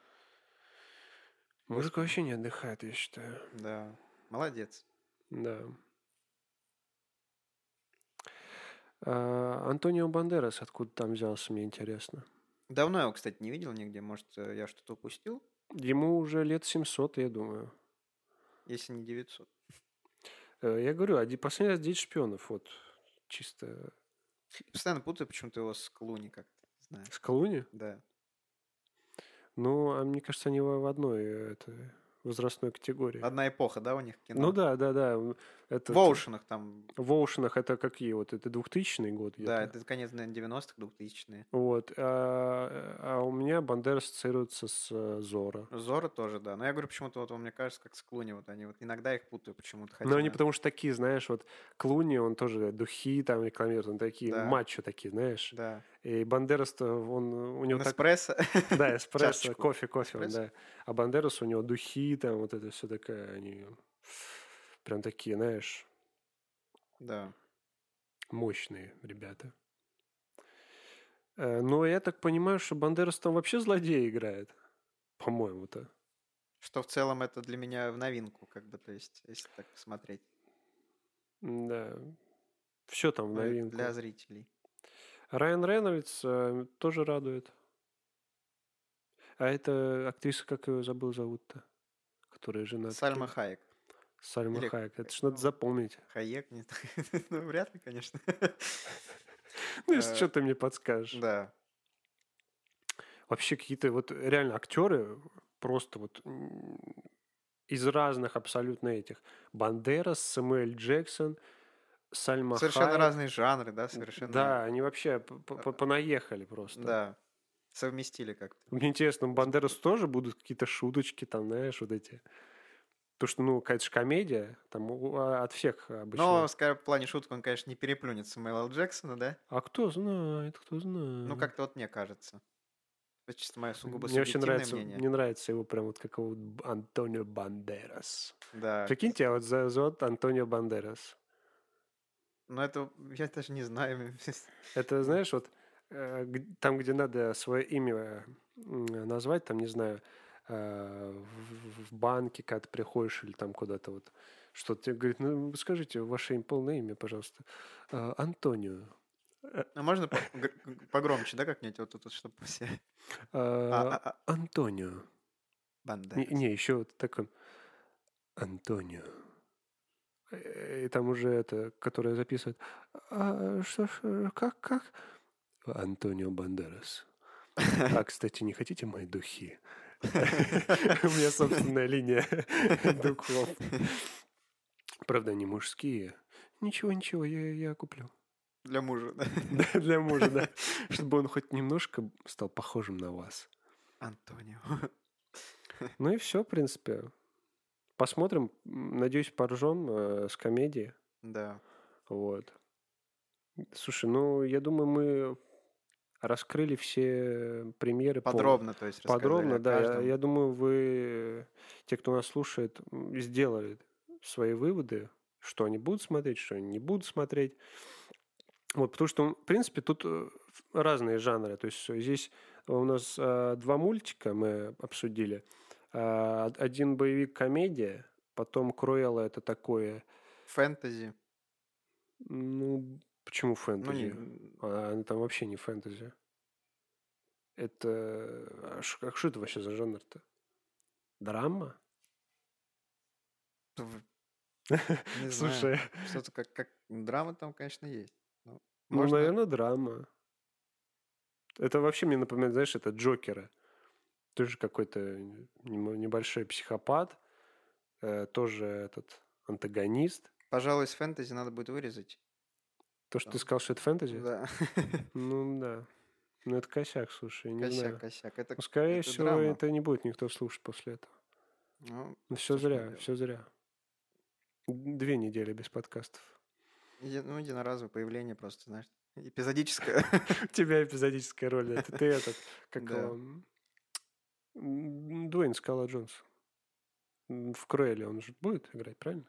Мужик вообще не отдыхает, я считаю. Да. Молодец. Да. А, Антонио Бандерас откуда там взялся, мне интересно. Давно я его, кстати, не видел нигде. Может, э, я что-то упустил, Ему уже лет 700, я думаю. если не 900. Э, Я говорю, один- последний раз «Дети шпионов», вот, чисто Постоянно путаю почему-то его с Клуни как-то. Не знаю. с Клуни. Да. Ну, а мне кажется, они в в одной э, это, возрастной категории. Одна эпоха, да, у них кино? Ну да, да, да. Это, В Оушенах там, В Оушенах это какие? Вот это 2000 год? да, где-то? это конец, наверное, 90-х, 2000-е. Вот. А, а у меня Бандер ассоциируется с э, Зоро. Зора тоже, да. Но я говорю, почему-то вот он, мне кажется, как с Клуни, вот они вот иногда их путаю почему-то. хотя Но они на- потому что такие, знаешь, вот Клуни, он тоже духи там рекламирует, он такие Да. мачо такие, знаешь. Да. И Бандерас, он, э, у него так... Неспрессо. Да, эспрессо, Чашечку. кофе, кофе, он, Эспрессо. да. А Бандерас у него духи, там вот это все такое, они прям такие, знаешь, Да. мощные ребята. Э, Но я так понимаю, что Бандерас там вообще злодей играет, по-моему-то. Что в целом это для меня в новинку, как бы, то есть, если так посмотреть. Да. Все там в Ну, и новинку. Для зрителей. Райан Рейнольдс э, тоже радует. А это актриса, как ее забыл зовут-то? Которая жена... Сальма Хайек. Сальма или- Хайек. Это ж надо запомнить. Хайек, не знаю. ну, вряд ли, конечно. Ну, если Э, что, ты мне подскажешь. да. Вообще какие-то вот реально актеры просто вот м, из разных абсолютно этих. Бандерас, Сэмюэль Джексон, Сальма Совершенно Хайек. разные жанры, да, совершенно. Э, Да, они вообще п- п- п- понаехали просто. Да. Совместили как-то. Мне интересно, у Бандерас тоже будут какие-то шуточки там, знаешь, вот эти. То, что, ну, какая-то же комедия, там у- а, от всех обычно. Но, скажем, в плане шуток он, конечно, не переплюнет Самуэла Джексона, да? А кто знает, кто знает. Ну, как-то вот мне кажется. Это чисто мое сугубо мне вообще субъективное нравится, мнение. мне нравится его прям вот как его Б- Антонио Бандерас. Да. Прикиньте, а вот за- зовут Антонио Бандерас. Но это я даже не знаю. Это, знаешь, вот э, г- там, где надо свое имя э, м, назвать, там, не знаю, э, в в банке, когда ты приходишь или там куда-то вот, что тебе говорит, ну, скажите ваше им- полное имя, пожалуйста. Э, Антонио. Ну, можно по- г- г- погромче, да, как-нибудь вот тут, чтобы все... Э, А, а, а, Антонио. Бандерас. Не, еще вот такой. Антонио. Э, И там уже это, которая записывает. «А, что ж, как, как? Антонио Бандерас. А, кстати, не хотите мои духи? У меня собственная линия духов. Правда, они мужские. Ничего, ничего, я, я куплю. Для мужа. да. Да, Для мужа, да. Чтобы он хоть немножко стал похожим на вас. Антонио. Ну и все, в принципе. Посмотрим. М, Надеюсь, поржем э, с комедии. Да. Вот. Слушай, ну, я думаю, мы раскрыли все премьеры. полностью. Подробно, то есть, рассказали о Подробно, да. Я, каждом. я думаю, вы, те, кто нас слушает, м, сделали свои выводы, что они будут смотреть, что они не будут смотреть. Вот, потому что, в принципе, тут э, ф- разные жанры. То есть э, здесь у нас э, два мультика мы обсудили. А, од- один боевик комедия, потом Круэлла это такое. Фэнтези. Ну, почему Ну, не- фэнтези? А, ну, там вообще не фэнтези. Это... а ш- Как что это вообще за жанр-то? Драма? тв- не знаю. Слушай, Что-то как, как... Драма там, конечно, есть. Ну, ну, наверное, драма. Это вообще мне напоминает, знаешь, это Джокера. Тоже какой-то нем- небольшой психопат. э, тоже этот антагонист. Пожалуй, с фэнтези надо будет вырезать. То, что ты Да. сказал, что это фэнтези? Да. Ну да. Ну это косяк, слушай, не Косяк, знаю. косяк. Это, Ну, скорее это всего, драма. это не будет никто слушать после этого. ну, Ну, все Что ж мы зря, делаем? все зря. Д- Две недели без подкастов. еди- ну, единоразовое появление просто, знаешь, эпизодическое. У тебя эпизодическая роль. Это ты этот, как Да. его, м, Дуэйн Скала Джонс. М, В Круэле он же будет играть, правильно?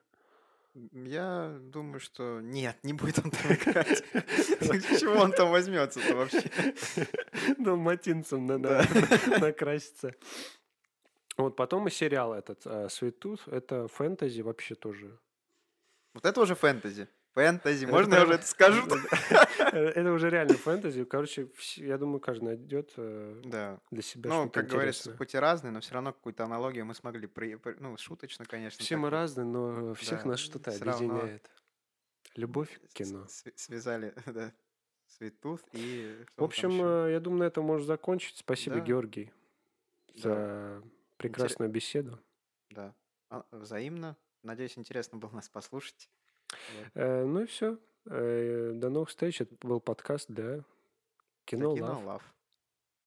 Я думаю, что нет, не будет он там играть. С Чего он там возьмется-то вообще? Ну, матинцем надо накраситься. Вот потом и сериал этот э, «Светут». Это фэнтези вообще тоже. Вот это уже фэнтези. Фэнтези, Это можно я прям- уже это скажу? Э, Это уже реально фэнтези. Короче, вс- я думаю, каждый найдет э, Да. для себя Ну, что-то как говорится, интересное. пути разные, но все равно какую-то аналогию мы смогли при... при- Ну, шуточно, конечно. Все так мы вот разные, но всех Да, нас что-то всё равно. объединяет. Любовь к с- кино. св- Связали, да. Светут и... что В он там общем, ещё? э, я думаю, на этом можно закончить. Спасибо, Да. Георгий, Да. за прекрасную беседу. Да. А, Взаимно. Надеюсь, интересно было нас послушать. Э, Ну и все. До новых встреч. Это был подкаст, да? Кино Кино Лав. Лав.